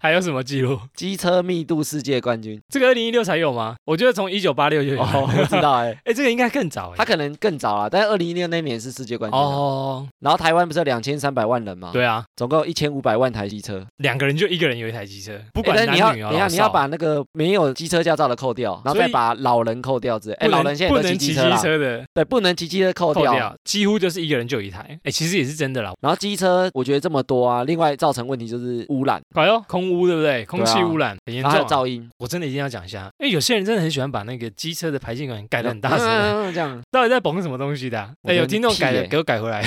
S1: 还有什么记录？
S2: 机车密度世界冠军。
S1: 这个二零一六才有吗？我觉得从一九八六就有。
S2: 哦，我知道
S1: [LAUGHS]
S2: 哎、
S1: 哎，这个应该更早
S2: 他
S1: 哎。
S2: 可能更早啊，但是二零一六那年是世界冠军啊、
S1: 哦，
S2: 然后台湾不是有两千三百万人嘛，，
S1: 对啊，
S2: 总共一千五百万台机车。
S1: 两个人就一个人有一台机车，不
S2: 哎
S1: 管
S2: 但是你要
S1: 男女
S2: 等
S1: 啊，
S2: 一下
S1: 老
S2: 你要
S1: 少
S2: 把那个没有机车驾照的扣掉，然后
S1: 所以
S2: 再把老人扣掉之类。哎，
S1: 不能
S2: 老人现在
S1: 不
S2: 都
S1: 能
S2: 骑
S1: 骑
S2: 机
S1: 机
S2: 车啦，
S1: 车的
S2: 对，不能骑机车扣
S1: 扣
S2: 掉。
S1: 掉，几乎就是一个人就有一台。哎，其实也是真的啦。
S2: 然后机车我觉得这么多啊，另外造成问题就是污染，
S1: 哎呦，空污对不对？空气
S2: 对啊
S1: 污染很严重
S2: 然后还有
S1: 啊。
S2: 噪音，
S1: 我真的一定要讲一下，因为有些人真的很喜欢把那个机车的排气管改的很大声、
S2: 嗯
S1: [LAUGHS]
S2: 这样。
S1: 到底在崩什么东西的啊、
S2: 我
S1: 哎、有
S2: 真
S1: 听众
S2: 屁
S1: 改的
S2: 欸
S1: 给我改回
S2: [LAUGHS]
S1: 来，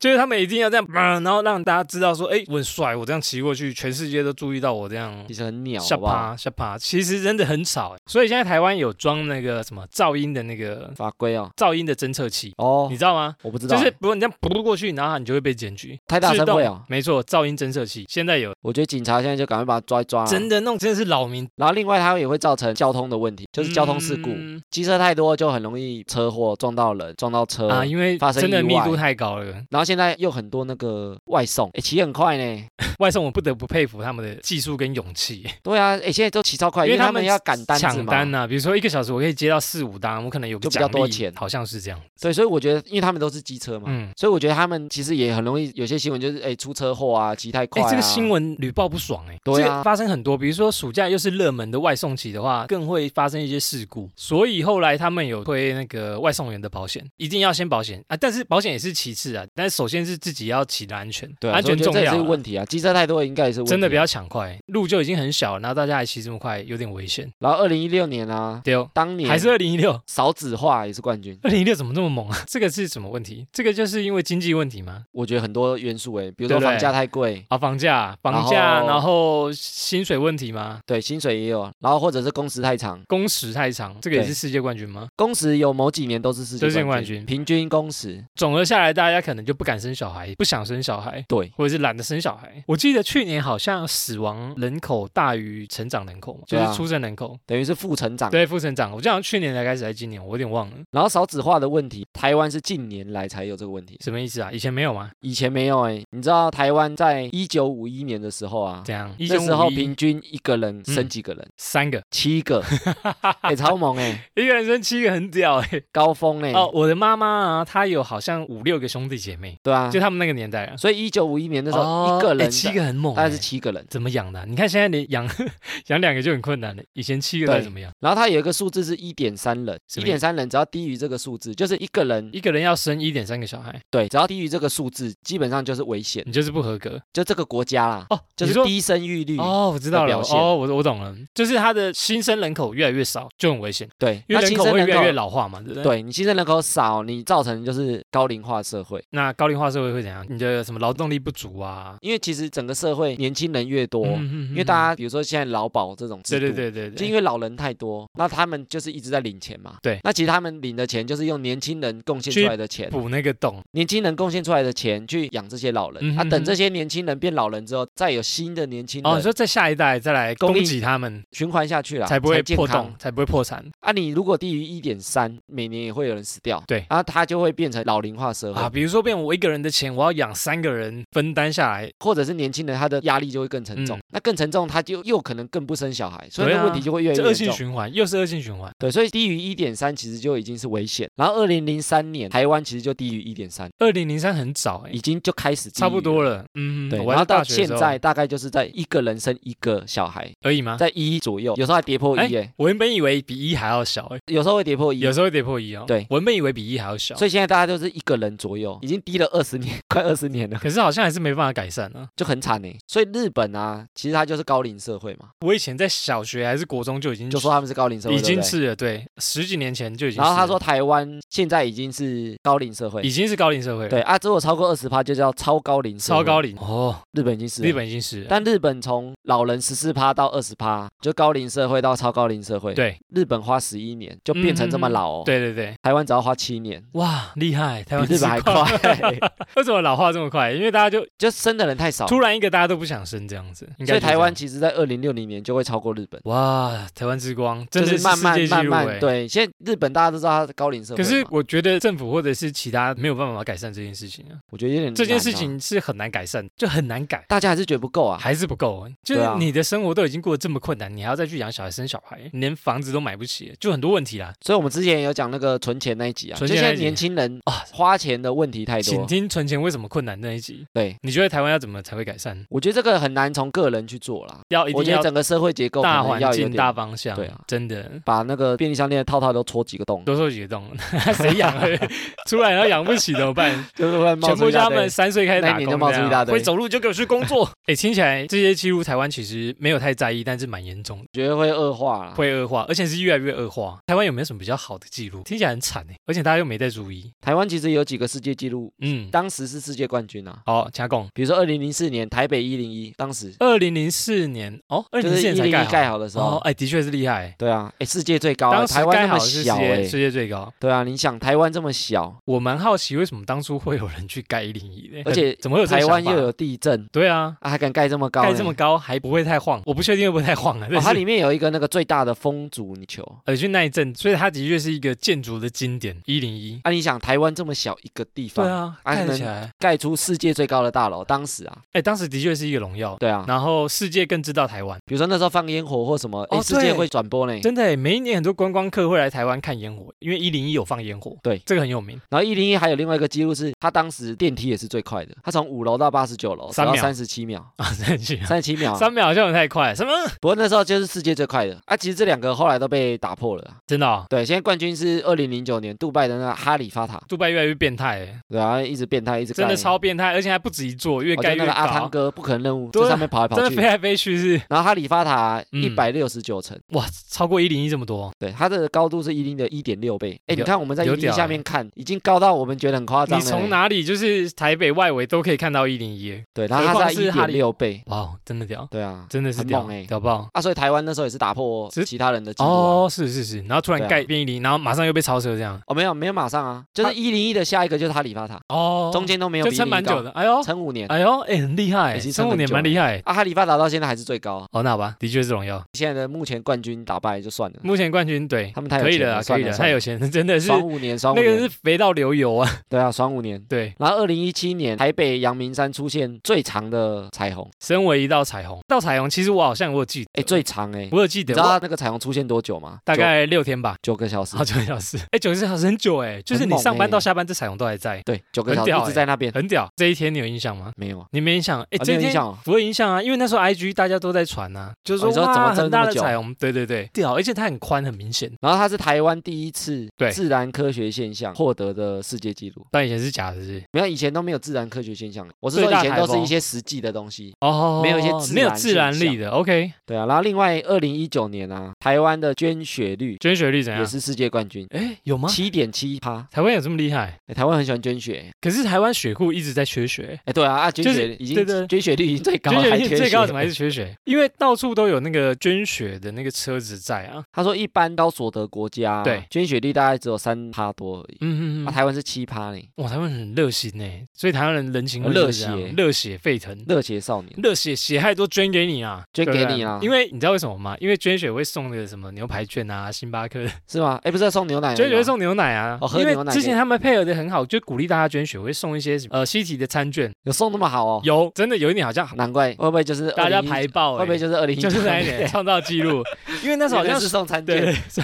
S1: 就是他们一定要这样，呃然后让大家知道说，哎、我很帅，我这样骑过去，全世界都注意到我这样。
S2: 其实很鸟，
S1: 下
S2: 好不好？
S1: 趴下趴，其实真的很吵欸，所以现在台湾有装那个什么噪音的那个
S2: 法规哦，
S1: 噪音的侦测器，
S2: 哦
S1: 你，知道吗？
S2: 我不知道，啊
S1: 就是不过你这样扑过去，然后你就会被检举。
S2: 太大
S1: 自
S2: 声
S1: 动
S2: 会哦。啊
S1: 没错，噪音侦测器现在有，
S2: 我觉得警察现在就赶快把他抓一抓、
S1: 真
S2: 的。
S1: 的那种真的是扰民，
S2: 然后另外它也会造成交通的问题，就是交通事故，
S1: 嗯
S2: 机车太多就很容易车祸，撞到人，撞到车。
S1: 啊，因为
S2: 呃发生
S1: 真的
S2: 意
S1: 密
S2: 外
S1: 度太高了。
S2: 然后现在又很多那个外送，哎，骑很快呢。
S1: [LAUGHS] 外送我不得不佩服他们的技术跟勇气，
S2: 对啊，哎，现在都骑超快，
S1: 因为
S2: 因为
S1: 他
S2: 他
S1: 们
S2: 们要赶单子
S1: 抢
S2: 嘛。
S1: 单呐、啊比如说一个小时我可以接到四五单，我可能有个
S2: 就比
S1: 奖
S2: 较
S1: 励，
S2: 多钱
S1: 好像是这样。
S2: 对，所以我觉得，因为他们都是机车嘛，
S1: 嗯，
S2: 所以我觉得他们其实也很容易有些新闻就是，哎，出车祸啊，骑太
S1: 哎、
S2: 快、啊。
S1: 这个新闻屡报不爽哎、
S2: 对
S1: 这
S2: 啊
S1: 个发生很多，比如说暑假又是热门的外送期的话，更会发生一些事故，所以后来他们有推那个外送员的保险，一定要先保险啊，但是保险也是其次啊，但是首先是自己要骑的安全，
S2: 对啊，
S1: 安
S2: 所以
S1: 全
S2: 我觉得
S1: 重
S2: 这也
S1: 要
S2: 是
S1: 啊。
S2: 问题啊，机车太多应该也是问题啊、
S1: 真的不要抢快，路就已经很小了，然后大家还骑这么快，有点危险。
S2: 然后二零一六年啊，
S1: 对哦，
S2: 当年
S1: 还是二零一六，
S2: 少子化也是冠军，
S1: [LAUGHS] 二零一六怎么这么猛啊？这个是什么问题？这个就是因为经济问题吗？
S2: 我觉得很多元素诶，比如说
S1: 对对
S2: 房价太贵，
S1: 啊，房价，房价，
S2: 然后
S1: 然后薪水问题吗？
S2: 对，薪水也有，然后或者是工时太长，
S1: 工时太长，这个也
S2: 对
S1: 是世界冠军吗？
S2: 工时有某几年都是世
S1: 都是
S2: 界
S1: 冠
S2: 冠
S1: 军
S2: 军，平均工时，
S1: 总而下来，大家可能就不敢生小孩，不想生小孩，
S2: 对，
S1: 或者是懒得生小孩。我记得去年好像死亡人口大于成长人口嘛，就
S2: 对啊啊
S1: 是出生人口。
S2: 等于是负成长。
S1: 对，负成长，我记得好像去年才开始，还是今年，我有点忘了，
S2: 然后少子化的问题，台湾是近年来才有这个问题，
S1: 什么意思啊？以前没有吗？
S2: 以前没有诶。你知道台湾在一九五一年的时候啊，
S1: 这样，一
S2: 那
S1: 九
S2: 时候
S1: 五一
S2: 平均一个人
S1: 嗯
S2: 生几个人？
S1: 三个，
S2: 七
S1: [LAUGHS]
S2: 个，哎，超猛哎，
S1: 一个人生七个很屌哎、
S2: 高峰哎，
S1: 哦，我的妈妈啊，她有好像五六个兄弟姐妹，
S2: 对啊
S1: 就，他们那个年代啊，
S2: 所以一九五一年的时候，
S1: 哦
S2: 一个
S1: 哎
S2: 人
S1: 七
S2: 的
S1: 个很猛、
S2: 大概
S1: 欸
S2: 是，七个人。
S1: 怎么养的啊、你看现在连养 [LAUGHS] 养两个就很困难了，以前七个
S2: 对
S1: 才怎么样？
S2: 然后它有一个数字是一点三人，
S1: 什
S2: 一
S1: 么意
S2: 点三人只要低于这个数字，就是一个人
S1: 一个人要生一点三个小孩，
S2: 对，只要低于这个数字，基本上就是危险，
S1: 你就是不合格
S2: 就这个国家啦，
S1: 哦。
S2: 就
S1: 你
S2: 是
S1: 说
S2: 低生育率。
S1: 哦，我知道
S2: 的
S1: 了，
S2: 表现
S1: 哦，我我懂了，就是他的新生人口越来越少，就很危险，
S2: 对，
S1: 因为
S2: 那
S1: 人
S2: 新
S1: 口
S2: 生
S1: 会
S2: 人
S1: 越来越
S2: 口，
S1: 老化嘛，对不对？。
S2: 对你新生人口少，你造成就是高龄化社会。
S1: 那高龄化社会会怎样？你的什么劳动力不足啊？
S2: 因为其实整个社会年轻人越多，
S1: 嗯
S2: 因为大家比如说现在劳保这种制
S1: 对
S2: 度，
S1: 对对对
S2: 就因
S1: 对，
S2: 为老人太多，那他们就是一直在领钱嘛。
S1: 对
S2: 那其实他们领的钱就是用年轻人贡献
S1: 去
S2: 出来的钱，
S1: 补那个洞，
S2: 年轻人贡献出来的钱去养这些老人、
S1: 嗯
S2: 啊，
S1: 哼
S2: 等
S1: 哼
S2: 这些年轻人变老人之后，再有新的年轻人、
S1: 哦，你说在下一代再来
S2: 供
S1: 攻
S2: 应
S1: 击他们，
S2: 循环下去了，
S1: 才不会
S2: 健
S1: 破
S2: 康
S1: 洞，才不会破产
S2: 啊。你如果低于一点三，每年也会有人死掉，
S1: 对
S2: 啊，他就会变成老龄化社会，
S1: 啊。比如说，变我一个人的钱，我要养三个人分担下来，
S2: 或者是年轻人他的压力就会更沉重，
S1: 嗯
S2: 那更沉重他就又可能更不生小孩，所以
S1: 对
S2: 那
S1: 啊
S2: 问题就会越来
S1: 这
S2: 越
S1: 恶
S2: 严
S1: 性
S2: 重。
S1: 循环又是恶性循环。
S2: 对，所以低于一点三其实就已经是危险。然后二零零三年台湾其实就低于一点三，
S1: 二零零三很早哎、
S2: 已经就开始低
S1: 差不
S2: 于
S1: 多
S2: 了。
S1: 了，嗯，
S2: 对，
S1: 我
S2: 然
S1: 还
S2: 后
S1: 是
S2: 到
S1: 大学
S2: 现
S1: 的时候
S2: 在大概就是在一个人生一个小孩，
S1: 而已吗？
S2: 在一左右，有时候还跌破一耶，
S1: 我原本以为比一还要小哎、
S2: 有时候会跌破一啊
S1: 有。时候会跌破一哦。
S2: 对
S1: 我原本以为比一还要小，
S2: 所以现在大家都是一个人左右，已经低了二十年， [LAUGHS] 快二十年了，
S1: 可是好像还是没办法改善啊。
S2: 就很惨呢。所以日本啊，其实它就是高龄社会嘛，
S1: 我以前在小学还是国中就已经
S2: 就说他们是高龄社会，
S1: 已经
S2: 对不对。
S1: 是了，对，十几年前就已经是
S2: 然
S1: 了。
S2: 后他说台湾现在已经是高龄社会
S1: 已，经是高龄社会，，
S2: 对啊，如果超过二十趴就叫超高龄社会，
S1: 超高龄哦，
S2: 日本已经是了
S1: 日本已经是了。
S2: 但日本从老人十四趴到二十趴，就高龄社会到超高龄社会，，
S1: 对嗯
S2: 日本花十一年就变成这么老哦，，
S1: 对对对，
S2: 台湾只要花七年，
S1: 哇，厉害！台
S2: 比
S1: 湾
S2: 日本还
S1: 之光。
S2: 快，
S1: [LAUGHS] 为什么老化这么快？因为大家就
S2: 就生的人太少，
S1: 突然一个大家都不想生这样子，应该
S2: 所以
S1: 就是这样
S2: 台湾其实在二零六零年就会超过日本，
S1: 哇，台湾之光真的
S2: 就是慢慢
S1: 世界纪
S2: 慢
S1: 录
S2: 慢，
S1: 哎。
S2: 对，现在日本大家都知道它是高龄社会
S1: 可
S2: 嘛，
S1: 是我觉得政府或者是其他没有办法改善这件事情啊，
S2: 我觉得有点
S1: 这件
S2: 难啊
S1: 事。情是很难改善，就很难改，
S2: 大家还是觉得不够啊，
S1: 还是不够啊。就是
S2: 对啊
S1: 你的生活都已经过得这么困难，你还要再去养小孩、生小孩，你连房子都买不起，就很多问题啦。啊
S2: 所以我们之前有讲那个存钱那一集啊，
S1: 存
S2: 就
S1: 钱
S2: 现在
S1: 那一集
S2: 年轻人哦
S1: 啊
S2: 花钱的问题太
S1: 请
S2: 多，
S1: 听存钱为什么困难那一集，
S2: 对
S1: 你觉得台湾要怎么才会改善？
S2: 我觉得这个很难从个人去做啦，
S1: 要一
S2: 我
S1: 定
S2: 觉得
S1: 要
S2: 整个社会结构可
S1: 大
S2: 能
S1: 环
S2: 要有
S1: 境、
S2: 点
S1: 大方向，
S2: 对啊
S1: 真的。
S2: 把那个便利商店的套套都戳几个
S1: [LAUGHS]
S2: 洞，
S1: 多受几个洞，谁养啊？出来然后养不起怎么办？
S2: 就是会 [LAUGHS] 冒
S1: 全
S2: 出
S1: 部
S2: 一
S1: 叫
S2: 大
S1: 他
S2: 堆
S1: 们。三岁开始打
S2: 那
S1: 工
S2: 一年就冒出一大堆
S1: 这样会走路就给我去工作。 [LAUGHS] 哎、听起来这些记录台湾其实没有太在意，但是蛮严重的，
S2: 觉得会恶化啦。
S1: 会恶化，而且是越来越恶化。台湾有没有什么比较好的记录？听起来很惨哎，而且大家又没在注意。
S2: 台湾其实有几个世界纪录，
S1: 嗯，
S2: 当时是世界冠军啊。
S1: 好，加工。
S2: 比如说二零零四年台北一零一，当时
S1: 二零零四年哦，二
S2: 就
S1: 零零
S2: 是
S1: 四
S2: 一
S1: 年
S2: 零
S1: 才
S2: 一
S1: 盖
S2: 盖
S1: 好
S2: 好的时
S1: 哦，
S2: 候，
S1: 哎、的确是厉害。
S2: 对啊，哎，世界最高啊，
S1: 当时
S2: 台湾
S1: 盖
S2: 那么
S1: 好是世
S2: 小
S1: 界
S2: 哎
S1: 世，界最高，
S2: 对啊，你想台湾这么小，
S1: 我蛮好奇为什么当初会有人去盖一零一的，
S2: [LAUGHS] 而且
S1: [LAUGHS] 怎么会有这个
S2: 台湾
S1: 想
S2: 又
S1: 法
S2: 有地震，
S1: 对啊，
S2: 啊，还敢盖这么高呢？
S1: 盖这么高还不会太晃，我不确定会不会太晃啊。
S2: 哦
S1: 但
S2: 它
S1: 是
S2: 里面有一个那个最大的风阻球
S1: 耳去那一阵，所以它的确是一个建筑的经典一零一。
S2: 啊，你想台湾这么小一个
S1: 对
S2: 地方，
S1: 啊，
S2: 啊
S1: 看
S2: 可
S1: 起
S2: 能
S1: 来，
S2: 盖出世界最高的大楼，当时啊，
S1: 哎，当时的确是一个荣耀。
S2: 对啊，
S1: 然后世界更知道台湾，
S2: 比如说那时候放烟火或什么，哎，
S1: 哦
S2: 世界
S1: 对
S2: 会转播呢。
S1: 真的耶，欸每一年很多观光客会来台湾看烟火，因为一零一有放烟火，
S2: 对
S1: 这个很有名， [LAUGHS]
S2: 然后一零一还有另外一个记录是，他当时电梯也是最快的，他从五楼到八十九楼只
S1: 三
S2: 要
S1: 秒
S2: 三十
S1: [LAUGHS]
S2: 七秒，
S1: 三十秒，
S2: 三十七秒。
S1: 三秒好像有点太快，什么？
S2: 不过那时候就是世界最快的啊，其实这两个后来都被打破了啊。
S1: 真的哦，
S2: 对，现在冠军是二零零九年杜拜的那个哈利法塔，
S1: 杜拜越来越变态耶，
S2: 对啊，一直变态，一直盖
S1: 真的超变态，而且还不止一座，越
S2: 哦
S1: 盖
S2: 就那
S1: 越
S2: 个阿汤
S1: 高，
S2: 哥不可能任务
S1: 对啊
S2: 在上面跑来
S1: 真
S2: 跑
S1: 的
S2: 去
S1: 飞。来飞去是
S2: 然后哈利法塔
S1: 嗯
S2: 一百六十九层，
S1: 哇，超过一零一这么多，
S2: 对，它的高度是一零的一点六倍。哎，
S1: 有
S2: 你看我们在一
S1: 有
S2: 零
S1: 屌
S2: 下
S1: 欸
S2: 面看，已经高到我们觉得很夸张
S1: 你
S2: 了欸。
S1: 从哪里就是台北外尾都可以看到一零一，
S2: 对，然后
S1: 何
S2: 它
S1: 况
S2: 在
S1: 是
S2: 一
S1: 哈
S2: 点
S1: 利
S2: 六倍，
S1: 哇，真的屌，
S2: 对啊，
S1: 真的是
S2: 很
S1: 屌
S2: 猛欸
S1: 屌爆！
S2: 啊，所以台湾那时候也是打破
S1: 只是
S2: 其他人的记录、啊。
S1: 哦，是是是，然后突然
S2: 对啊
S1: 盖变一零，然后马上又被超车这样，
S2: 哦，没有没有，马上啊，就是
S1: 它
S2: 一零一的下一个就是哈利法塔，
S1: 哦，
S2: 中间都没有
S1: 就
S2: 比
S1: 撑蛮久
S2: 的，
S1: 的，哎呦
S2: 撑五年。
S1: 哎呦，哎很厉害，
S2: 已经
S1: 生
S2: 撑
S1: 五
S2: 很
S1: 年
S2: 久
S1: 蛮
S2: 了
S1: 厉害。
S2: 啊，哈利法塔到现在还是最高啊，
S1: 哦，那好吧，的确是荣耀。
S2: 现在的目前冠军打败就算了，
S1: 目前冠军对
S2: 嗯他们太有
S1: 可以
S2: 钱
S1: 了啊，
S2: 了
S1: 可
S2: 算
S1: 以
S2: 了
S1: 了，
S2: 算
S1: 太
S2: 了
S1: 有钱了， [LAUGHS] 真的是
S2: 爽五年，爽
S1: 那
S2: 五
S1: 个
S2: 年
S1: 是，肥到流油啊。
S2: 对啊，爽五年。
S1: 对，
S2: 然后二零一七年台北阳明山出现最长的彩虹，
S1: 身为一道彩虹，道彩虹其实我好像我有记得，
S2: 哎，最长哎、
S1: 我有记
S2: 你
S1: 得
S2: 知，道它那个彩虹出现多久吗？
S1: 大概六天吧，
S2: 九九个小时
S1: 好，九个小时，哎，九个小时很久哎，就是
S2: 很
S1: 你
S2: 猛
S1: 上班
S2: 欸
S1: 到下班，这彩虹都还在，
S2: 对，九个小
S1: 很
S2: 时
S1: 屌
S2: 一直
S1: 欸
S2: 在那边，
S1: 很屌。这一天你有印象吗？
S2: 没有啊。
S1: 你没印象？哎，
S2: 啊
S1: 这一
S2: 你有印
S1: 天
S2: 象哦
S1: 我有印象啊，因为那时候 IG 大家都在传啊，就是说
S2: 哦你说怎么
S1: 哇，
S2: 这
S1: 很大
S2: 么
S1: 的
S2: 久
S1: 彩虹，对对对，屌，而且它很宽，很明显，
S2: 然后它是台湾第一次
S1: 对
S2: 自然科学现象获得的世界纪录。
S1: 但以前是假的，是不是
S2: 没有，以前都没有自然科学现象，我是
S1: 最
S2: 说
S1: 大
S2: 以前
S1: 台
S2: 都是
S1: 风
S2: 一些实际的东西。
S1: 哦，
S2: 没有一些自
S1: 没有
S2: 然
S1: 自
S2: 现
S1: 然力
S2: 象
S1: 的，OK，
S2: 对啊，然后另外二零一九年啊，台湾的捐血率
S1: 捐血率怎
S2: 也
S1: 样？
S2: 是世界冠军，
S1: 哎，有吗？
S2: 七点七趴。欸
S1: 台湾有这么厉害？
S2: 诶台湾很喜欢捐血，
S1: 可是台湾血库一直在缺血，
S2: 哎，对啊，啊，捐
S1: 就是
S2: 血已经
S1: 对对
S2: 捐血率已经最高
S1: 捐
S2: 了，
S1: 血
S2: 还
S1: 率
S2: 缺
S1: [LAUGHS] 最高
S2: 血
S1: 怎么还是缺血？因为到处都有那个捐血的那个车子在啊。
S2: 他说一般到所得国家啊，
S1: 对
S2: 捐血率大概只有三趴多而已，
S1: 嗯嗯
S2: 啊，
S1: 嗯，
S2: 台湾是七趴呢，
S1: 哇，台湾人很热心呢，所以台湾人人情味就是这样
S2: 热血
S1: 热血沸腾。
S2: 热血少年。
S1: 热血血汗都捐给你啊，
S2: 捐
S1: 对不对
S2: 给你啊
S1: 因为你知道为什么吗？因为捐血会送那个什么牛排券啊，星巴
S2: [LAUGHS]
S1: 克的
S2: 是吗？哎，不是要送牛奶而已吗，
S1: 捐血会送牛奶啊。
S2: 哦喝
S1: 因为
S2: 牛奶
S1: 之
S2: 给哦
S1: 前他们配合的很好，就鼓励大家捐血，会送一些什么呃西体的餐券，
S2: 有送那么好哦，
S1: 有真的有一点好像
S2: 难怪会不会就是
S1: 大家
S2: 2019
S1: 排爆、欸，
S2: 会不会就是二零一
S1: 就是那一年创造纪
S2: [LAUGHS]
S1: 录，因为那时候好像
S2: 是
S1: 是
S2: 送餐
S1: 对
S2: 券。
S1: 是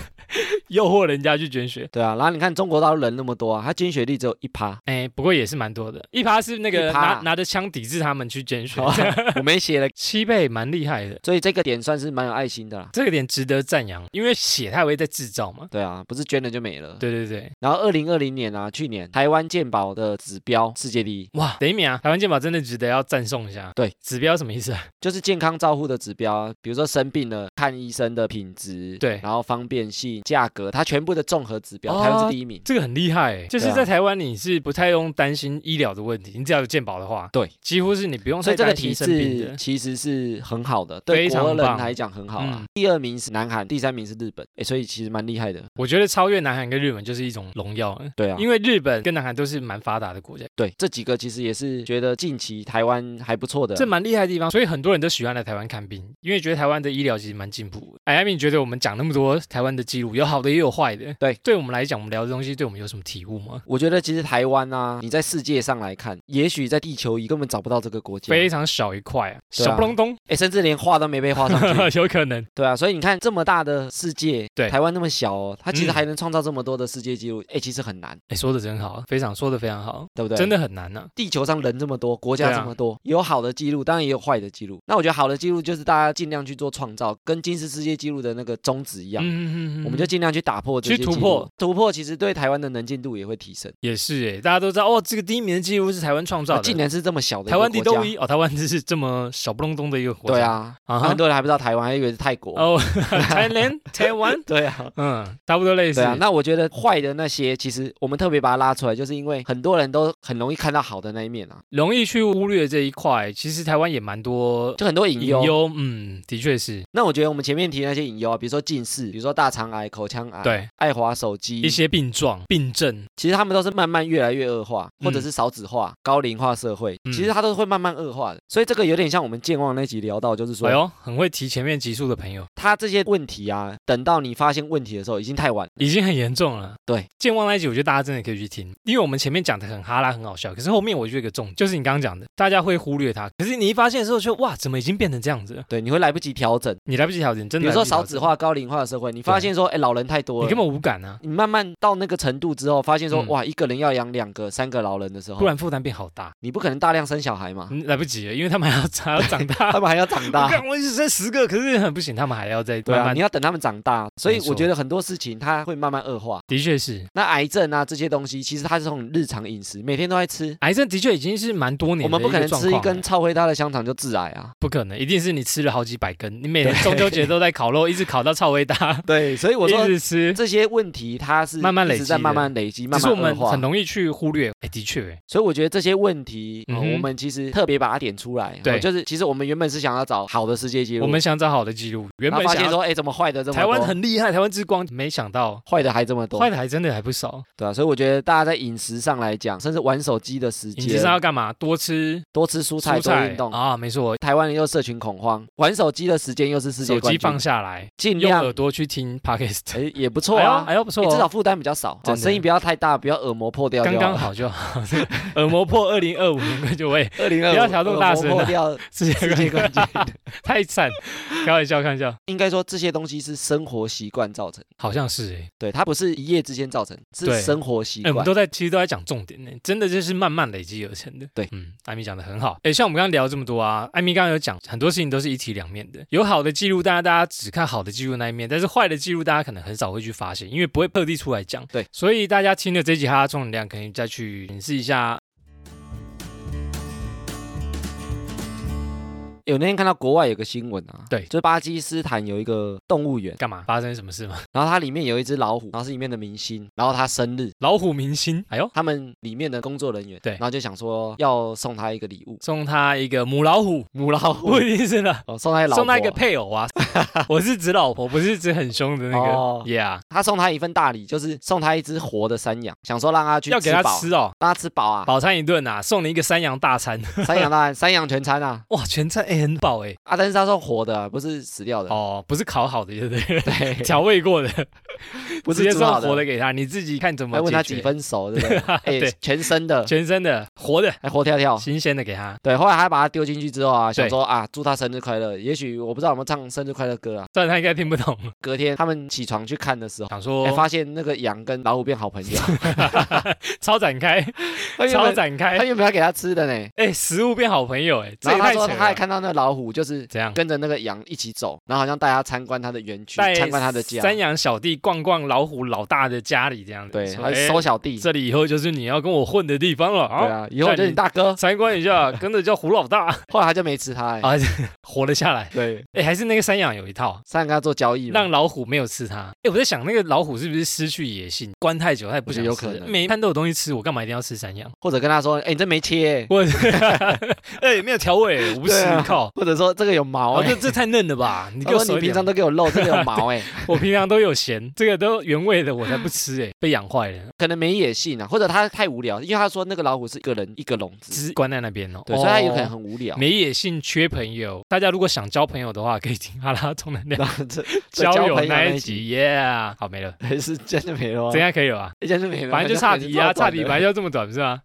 S1: 诱惑人家去捐血。，
S2: 对啊，然后你看中国大陆人那么多啊，他捐血率只有一趴
S1: [LAUGHS] 哎，不过也是蛮多的，一趴是那个
S2: 一趴
S1: 拿拿着枪抵制他们去捐血
S2: 好，啊我没写了，
S1: 七倍蛮厉害的，
S2: 所以这个点算是蛮有爱心的啦。
S1: 这个点值得赞扬，因为血它也会在制造嘛。
S2: 对啊，不是捐了就没了。
S1: 对对对，
S2: 然后二零二零年啊，去年台湾健保的指标世界第一，
S1: 哇，等一秒啊，台湾健保真的值得要赞颂一下。
S2: 对，
S1: 指标什么意思啊？
S2: 就是健康照护的指标啊，比如说生病了看医生的品质，
S1: 对
S2: 然后方便性、价格，它全部的综合指标，
S1: 哦
S2: 台湾是第一名。
S1: 这个很厉害欸，就是
S2: 对啊
S1: 在台湾你是不太用担心医疗的问题，你只要有健保的话，
S2: 对，
S1: 几乎是你不用
S2: 所
S1: 太
S2: 以这个
S1: 哦担心
S2: 体
S1: 生病
S2: 制
S1: 的。
S2: 其实是很好的，
S1: 非
S2: 对
S1: 常
S2: 国人
S1: 棒
S2: 来讲很好啊。
S1: 嗯
S2: 第二名是南韩，第三名是日本，哎，所以其实蛮厉害的。
S1: 我觉得超越南韩跟日本就是一种荣耀了。
S2: 对啊，
S1: 因为日本跟南韩都是蛮发达的国家，
S2: 对这几个其实也是觉得近期台湾还不错的啊。
S1: 这蛮厉害的地方，所以很多人都喜欢来台湾看病，因为觉得台湾的医疗其实蛮进步的。哎，艾米，你觉得我们讲那么多台湾的记录，有好的也有坏的，
S2: 对
S1: 对我们来讲，我们聊的东西对我们有什么体悟吗？
S2: 我觉得其实台湾啊，你在世界上来看，也许在地球仪根本找不到这个国家，
S1: 非常小一块啊，
S2: 对啊
S1: 小不隆咚，
S2: 哎，甚至连画都没被画上去。
S1: [LAUGHS] 有可能。
S2: 对啊，所以你看这么大的世界，
S1: 对
S2: 台湾那么小哦，它其实
S1: 嗯
S2: 还能创造这么多的世界纪录，哎，其实很难，
S1: 哎，说的真好，非常说的非常好，
S2: 对不对？
S1: 真。的很难啊呐、
S2: 地球上人这么多，国家
S1: 对啊
S2: 这么多，有好的记录，当然也有坏的记录。那我觉得好的记录就是大家尽量去做创造，跟金氏世界纪录的那个宗旨一样，
S1: 嗯嗯
S2: 我们就尽量去打破这些
S1: 去
S2: 记录
S1: 突破，
S2: 突破其实对台湾的能见度也会提升。
S1: 也是哎，大家都知道哦，这个第一名的记录是台湾创造
S2: 啊竟
S1: 的。
S2: 然是这么小的一
S1: 台
S2: 个
S1: 湾地
S2: 国家
S1: 动一哦，台湾就是这么小不隆咚的一个国家。
S2: 对，啊，
S1: 啊
S2: 很
S1: 哈，
S2: 多人还不知道台湾，还以为是泰国。
S1: 哦， [LAUGHS] 台湾，台
S2: [LAUGHS]
S1: 湾，
S2: 对
S1: [LAUGHS]
S2: 啊，
S1: 嗯，差不多类似。
S2: 对啊。那我觉得坏的那些，其实我们特别把它拉出来，就是因为很多人都很容易看到好的那一面啊，
S1: 容易去忽略这一块，其实台湾也蛮多
S2: 就很多隐
S1: 隐
S2: 忧。
S1: 忧，嗯，的确是
S2: 那我觉得我们前面提的那些隐忧啊，比如说近视，比如说大肠癌、口腔癌，，
S1: 对
S2: 爱华手机
S1: 一，些病状、病症，
S2: 其实他们都是慢慢越来越恶化，
S1: 嗯
S2: 或者是少子化、高龄化社会，
S1: 嗯
S2: 其实它都是会慢慢恶化的。所以这个有点像我们健忘那集聊到，就是
S1: 哎
S2: 说
S1: 呦，很会提前面集数的朋友，
S2: 它这些问题啊，等到你发现问题的时候已经太晚了。
S1: 已经很严重了。
S2: 对，
S1: 健忘那一集，我觉得大家真的可以去听，因为我们前面讲的很哈拉，很好笑，可是后面我觉得有一个重，就是你刚刚讲的，大家会忽略它，可是你一发现的时候就，哇，怎么已经变成这样子了？
S2: 对，你会来不及调整。
S1: 你来不及调整，真
S2: 比
S1: 的来
S2: 如
S1: 不
S2: 说
S1: 及调
S2: 少
S1: 整，
S2: 子化、高龄化的社会，你发现说，哎，老人太多了，
S1: 你根本无感啊，
S2: 你慢慢到那个程度之后，发现说，
S1: 嗯
S2: 哇，一个人要养两个、三个老人的时
S1: 不
S2: 候，
S1: 然负担变好大，
S2: 你不可能大量生小孩嘛，
S1: 嗯来不及了，因为他们还要 [LAUGHS] 还要长
S2: 他 [LAUGHS]
S1: 大。
S2: 们还要
S1: [LAUGHS]
S2: 长
S1: 我
S2: 大。
S1: 看我一直生十个，可是很不行，他们还要再
S2: 啊对
S1: 慢
S2: 啊，
S1: 慢。
S2: 你要等他们长大，所以
S1: 没错
S2: 我觉得很多事情它会慢慢恶化。
S1: 的确是，
S2: 那癌症啊这些东西，其实它是从日常饮食，每天都在吃，
S1: 癌症的确已经是蛮多
S2: 我
S1: 年的
S2: 们
S1: 一
S2: 不
S1: 个
S2: 可能
S1: 状
S2: 吃一
S1: 况
S2: 根
S1: 了
S2: 超回大的香肠就致癌啊。
S1: 不可能，一定是你吃了好几百根，你每年中秋节都在烤肉，一直烤到超微大。
S2: [LAUGHS] 对，所以我说
S1: 一直吃，
S2: 这些问题它是
S1: 慢慢累
S2: 一直在
S1: 积
S2: 慢
S1: 的
S2: 慢累积，
S1: 只
S2: 慢
S1: 是
S2: 慢
S1: 我
S2: 恶
S1: 们
S2: 化
S1: 很容易去忽略。哎，的确，
S2: 所以我觉得这些问题，呃
S1: 嗯哼
S2: 我们其实特别把它点出来。
S1: 对
S2: 哦就是其实我们原本是想要找好的世界纪录，
S1: 我们想找好的记录，原
S2: 然后
S1: 本
S2: 发
S1: 想
S2: 现
S1: 要
S2: 说，哎，怎么坏的这么多？
S1: 台湾很厉害，台湾之光，没想到
S2: 坏的还这么多，
S1: 坏的还真的还不少。
S2: 对啊，所以我觉得大家在饮食上来讲，甚至玩手机的时
S1: 饮食上
S2: 间，
S1: 要干嘛？多吃
S2: 多吃蔬菜，
S1: 蔬
S2: 多
S1: 菜
S2: 运动。
S1: 啊，没错，
S2: 台湾人又社群恐慌，玩手机的时间又是世界
S1: 手
S2: 冠
S1: 机
S2: 军
S1: 放，下来，
S2: 尽
S1: 用
S2: 量
S1: 耳朵去听 podcast。
S2: 哎也不错啊，
S1: 哎呦，不错
S2: 哎
S1: 哦，
S2: 至少负担比较少，
S1: 真
S2: 哦
S1: 的
S2: 声音不要太大，不要耳膜破掉就
S1: 刚刚
S2: 了。
S1: 好就好。 [LAUGHS] 耳膜破二零二五年冠军，喂，
S2: 二零二
S1: 不要调这么大声啊
S2: 破掉
S1: 世
S2: 世界
S1: 界
S2: 冠
S1: 冠 [LAUGHS]
S2: 军
S1: 军。太惨，开玩笑，开玩笑，
S2: 应该说这些东西是生活习惯造成，
S1: 好像是哎，
S2: 对，它不是一夜之间造成，是
S1: 对
S2: 生活习
S1: 哎我
S2: 惯
S1: 们。都在其实都在讲重点呢，真的就是慢慢累积而成的。
S2: 对，
S1: 嗯，艾米讲的很好。哎，像我们刚刚聊这么多啊，艾米刚刚有讲很多事情都是一体两面的，有好的记录，大家大家只看好的记录那一面，但是坏的记录大家可能很少会去发现，因为不会特地出来讲。
S2: 对，
S1: 所以大家听了这集哈哈充能量，可以再去检视一下。
S2: 有那天看到国外有个新闻啊，
S1: 对
S2: 就是巴基斯坦有一个动物园，
S1: 干嘛？发生什么事吗？ [LAUGHS]
S2: 然后它里面有一只老虎，然后是里面的明星，然后它生日，
S1: 老虎明星，哎呦，
S2: 他们里面的工作人员
S1: 对
S2: 然后就想说要送他一个礼物，
S1: 送他一个母老虎，
S2: 母老虎
S1: 不一定是的，
S2: 哦，送他老婆
S1: 送他一个配偶啊。 [LAUGHS] 我是指老婆，不是指很凶的那个。
S2: 哦
S1: Yeah，
S2: 他送他一份大礼，就是送他一只活的山羊，想说让他去
S1: 要给他
S2: 饱，
S1: 吃哦，
S2: 让他吃饱啊，
S1: 饱餐一顿啊，送你一个山羊大餐， [LAUGHS]
S2: 山羊当然山羊全餐啊，
S1: 哇，全餐哎、很饱哎、
S2: 啊，但是他送活的啊，不是死掉的，
S1: 哦，不是烤好的，对不对？ [LAUGHS]
S2: 对，
S1: 调味过的，
S2: 不
S1: 直
S2: 是
S1: 接
S2: 煮
S1: 送
S2: 好
S1: 活的，给他，你自己看怎么
S2: 还问他
S1: 解决
S2: 几，分熟，对
S1: [LAUGHS]
S2: 不对？哎
S1: 对，
S2: 全生的，
S1: 全身的活的，
S2: 还活跳跳。
S1: 新鲜的给他，
S2: 对，后来他把它丢进去之后啊，
S1: 对
S2: 想说啊，祝他生日快乐。也许我不知道有没有唱生日快乐歌啊。
S1: 虽然他应该听不懂，
S2: 隔天他们起床去看的时候，
S1: 想说、
S2: 哦哎，发现那个羊跟老虎变好朋友，
S1: 超展开，
S2: 他原
S1: 超
S2: 本
S1: 展开
S2: 他，原本要给他吃的呢，
S1: 哎、食物变好朋友哎、这
S2: 然
S1: 也
S2: 后他
S1: 太扯
S2: 说他还
S1: 了。
S2: 看到那老虎就是
S1: 怎样？
S2: 跟着那个羊一起走，然后好像带他参观他的园区，
S1: 带
S2: 参观他的家，
S1: 山羊小弟逛逛老虎老大的家里这样子，
S2: 对，
S1: 说
S2: 还
S1: 哎
S2: 收小弟，
S1: 这里以后就是你要跟我混的地方了
S2: 对
S1: 啊！
S2: 啊，以后我就是你大哥。
S1: 参观一下，跟着叫胡老大 [LAUGHS]
S2: 后来他就没吃他，哎
S1: 啊，活了下来。
S2: 对，
S1: 哎，还是那个山羊有一套，
S2: 山羊跟他做交易嘛
S1: 让，老虎没有吃它。哎，我在想那个老虎是不是失去野性，关太久它也不想吃
S2: 我觉得有可能
S1: 每一餐都有东西吃，我干嘛一定要吃山羊？ [LAUGHS]
S2: 或者跟他说，哎，你这没切，
S1: 我 [LAUGHS] 哎没有调味，无
S2: 对
S1: 视
S2: 啊
S1: 靠。
S2: 或者说这个有毛，
S1: 哦，
S2: 哎
S1: 这这太嫩了吧！你
S2: 他
S1: 给我
S2: 说
S1: 熟
S2: [LAUGHS] 你
S1: 一
S2: 平常
S1: 点，
S2: 都给我肉，这个有毛
S1: [LAUGHS]
S2: 哎，
S1: 我平常都有咸，这个都原味的，我
S2: [LAUGHS]
S1: 才不吃哎，被养坏了，
S2: 可能没野性啊，或者他 [LAUGHS] 太无聊，因为他说那个老虎是一个人一个笼子，
S1: 只是关在那边哦。
S2: 对，所以他有可能
S1: 哦
S2: 很无聊。
S1: 没野性，缺朋友。大家如果想交朋友的话，可以听哈拉充能量。
S2: 然后这这
S1: [LAUGHS] 交友
S2: 朋友
S1: 那一
S2: 一
S1: 集，，Yeah，好没了，
S2: 还 [LAUGHS] 是真的没了啊
S1: 这，样可以了吧？
S2: 真的没了，
S1: 反正就岔题啊，岔题
S2: 吧。
S1: 本来就这么短，不是吗？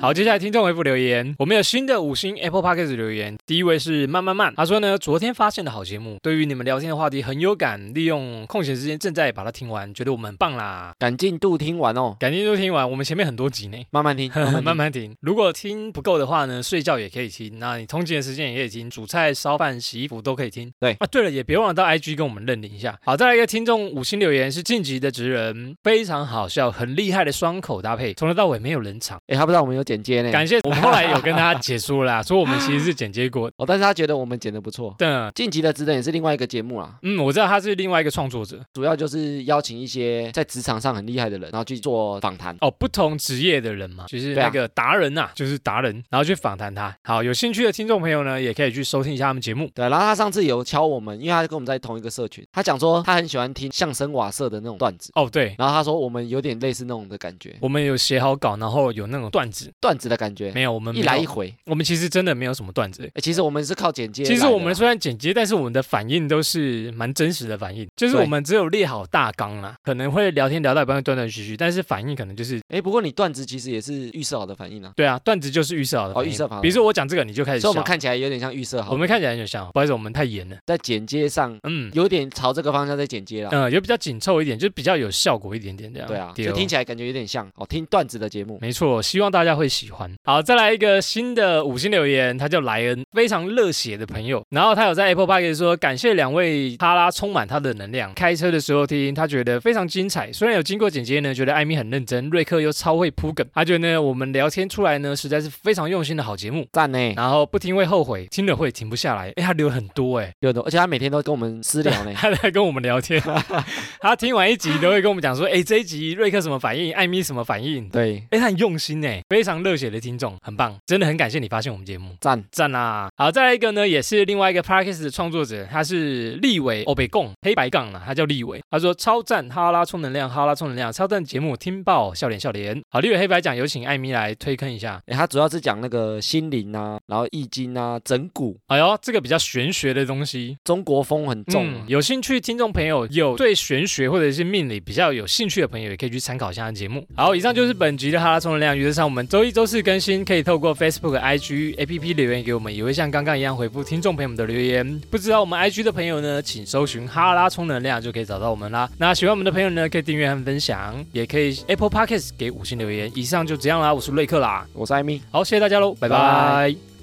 S1: 好，接下来听众回复留言，我们有新的五星 Apple Podcast 留言，第一位是慢慢慢，他说呢，昨天发现的好节目，对于你们聊天的话题很有感，利用空闲时间正在把它听完，觉得我们很棒啦，
S2: 赶进度听完哦，
S1: 感谢都听完，我们前面很多集呢。
S2: 慢慢听，慢慢听
S1: [LAUGHS]
S2: [LAUGHS]
S1: 慢慢听。如果听不够的话呢，睡觉也可以听，那你通勤的时间也可以听，煮菜、烧饭、洗衣服都可以听。
S2: 对
S1: 啊，对了，也别忘了到 IG 跟我们认领一下。好，再来一个听众五星留言是晋级的职人，非常好笑，很厉害的双口搭配，从头到尾没有冷场。
S2: 哎，他不知道我们有剪接呢，
S1: 感谢我们后来有跟他解说啦，说我们其实是剪接过的。
S2: 哦，但是他觉得我们剪的不错。
S1: 嗯
S2: 晋级的职能也是另外一个节目啦，
S1: 嗯，我知道他是另外一个创作者
S2: 主要就是邀请一些在职场上很厉害的人，然后去做访谈。
S1: 哦，不同职业的人嘛，就是
S2: 对啊
S1: 那个达人呐、就是达人，然后去访谈他。好，有兴趣的听众朋友呢，也可以去收听一下他们节目。
S2: 对，然后他上次有敲我们，因为他跟我们在同一个社群，他讲说他很喜欢听相声瓦舍的那种段子，
S1: 哦，对，
S2: 然后他说我们有点类似那种的感觉，
S1: 我们有写好稿，然后有那种段子，
S2: 段子的感觉，
S1: 没有，我们
S2: 一来
S1: 没
S2: 一
S1: 有，
S2: 回。
S1: 我们其实真的没有什么段子。
S2: 哎，其实我们是靠剪接来的
S1: 其
S2: 啦，
S1: 实我们虽然剪接，但是我们的反应都是蛮真实的反应，就是
S2: 对
S1: 我们只有列好大纲啦，可能会聊天聊到一半会断断续续，但是反应可能就是
S2: 哎，不过你段子其实也是预设好的反应啊，
S1: 对啊，段子就是预设好的
S2: 哦
S1: 反应
S2: 预设好的
S1: 比如说我讲这个你就开始
S2: 所以
S1: 笑
S2: 我，们看起来有点像预设好
S1: 我
S2: 的，
S1: 们看起来很有像，不好意思，我们太严了，
S2: 在剪接上
S1: 嗯。
S2: 有点朝这个方向在剪接啦。
S1: 呃，有比较紧凑一点，就比较有效果一点点这样。
S2: 对啊，
S1: 对
S2: 就
S1: 哦
S2: 听起来感觉有点像哦，听段子的节目。
S1: 没错，希望大家会会喜欢。好，再来一个新的五星留言，他叫莱恩，非常热血的朋友。然后他有在 Apple Park 说，感谢两位哈拉充满他的能量，开车的时候听，他觉得非常精彩。虽然有经过剪接呢，觉得艾米很认真，瑞克又超会铺梗，他觉得呢我们聊天出来呢，实在是非常用心的好节目。
S2: 赞呢，
S1: 然后不听会后悔，听了会停不下来。哎，他留了很多哎、
S2: 有的，而且他每天都跟我们私聊
S1: [LAUGHS]
S2: 呢。
S1: 他在跟我们聊天， [LAUGHS] 他听完一集都会跟我们讲说，哎，这一集瑞克什么反应，艾米什么反应。
S2: 对，
S1: 哎，他很用心哎，非常热血的听众，很棒，真的很感谢你发现我们节目，
S2: 赞，
S1: 赞啦！好，再来一个呢，也是另外一个 Parkes 的创作者，他是立伟哦欧北贡黑白杠啦，啊他叫立伟，他说超赞哈拉充能量，哈拉充能量，超赞节目听爆，笑脸笑脸。好，立伟黑白讲有请艾米来推坑一下，
S2: 诶他主要是讲那个心灵啊，然后易经啊，整蛊，
S1: 哎呦，这个比较玄学的东西，
S2: 中国风很重啊、
S1: 嗯有兴趣听众朋友有对玄学或者是命理比较有兴趣的朋友，也可以去参考一下他的节目。好，以上就是本集的哈拉充能量，原则上我们周一、周四更新，可以透过 Facebook、IG、APP 留言给我们，也会像刚刚一样回复听众朋友们的留言。不知道我们 IG 的朋友呢，请搜寻哈拉充能量就可以找到我们啦。那喜欢我们的朋友呢，可以订阅和分享，也可以 Apple Podcast 给五星留言。以上就这样啦，我是瑞克啦，
S2: 我是艾米。
S1: 好，谢谢大家喽，拜
S2: 拜
S1: 拜
S2: 拜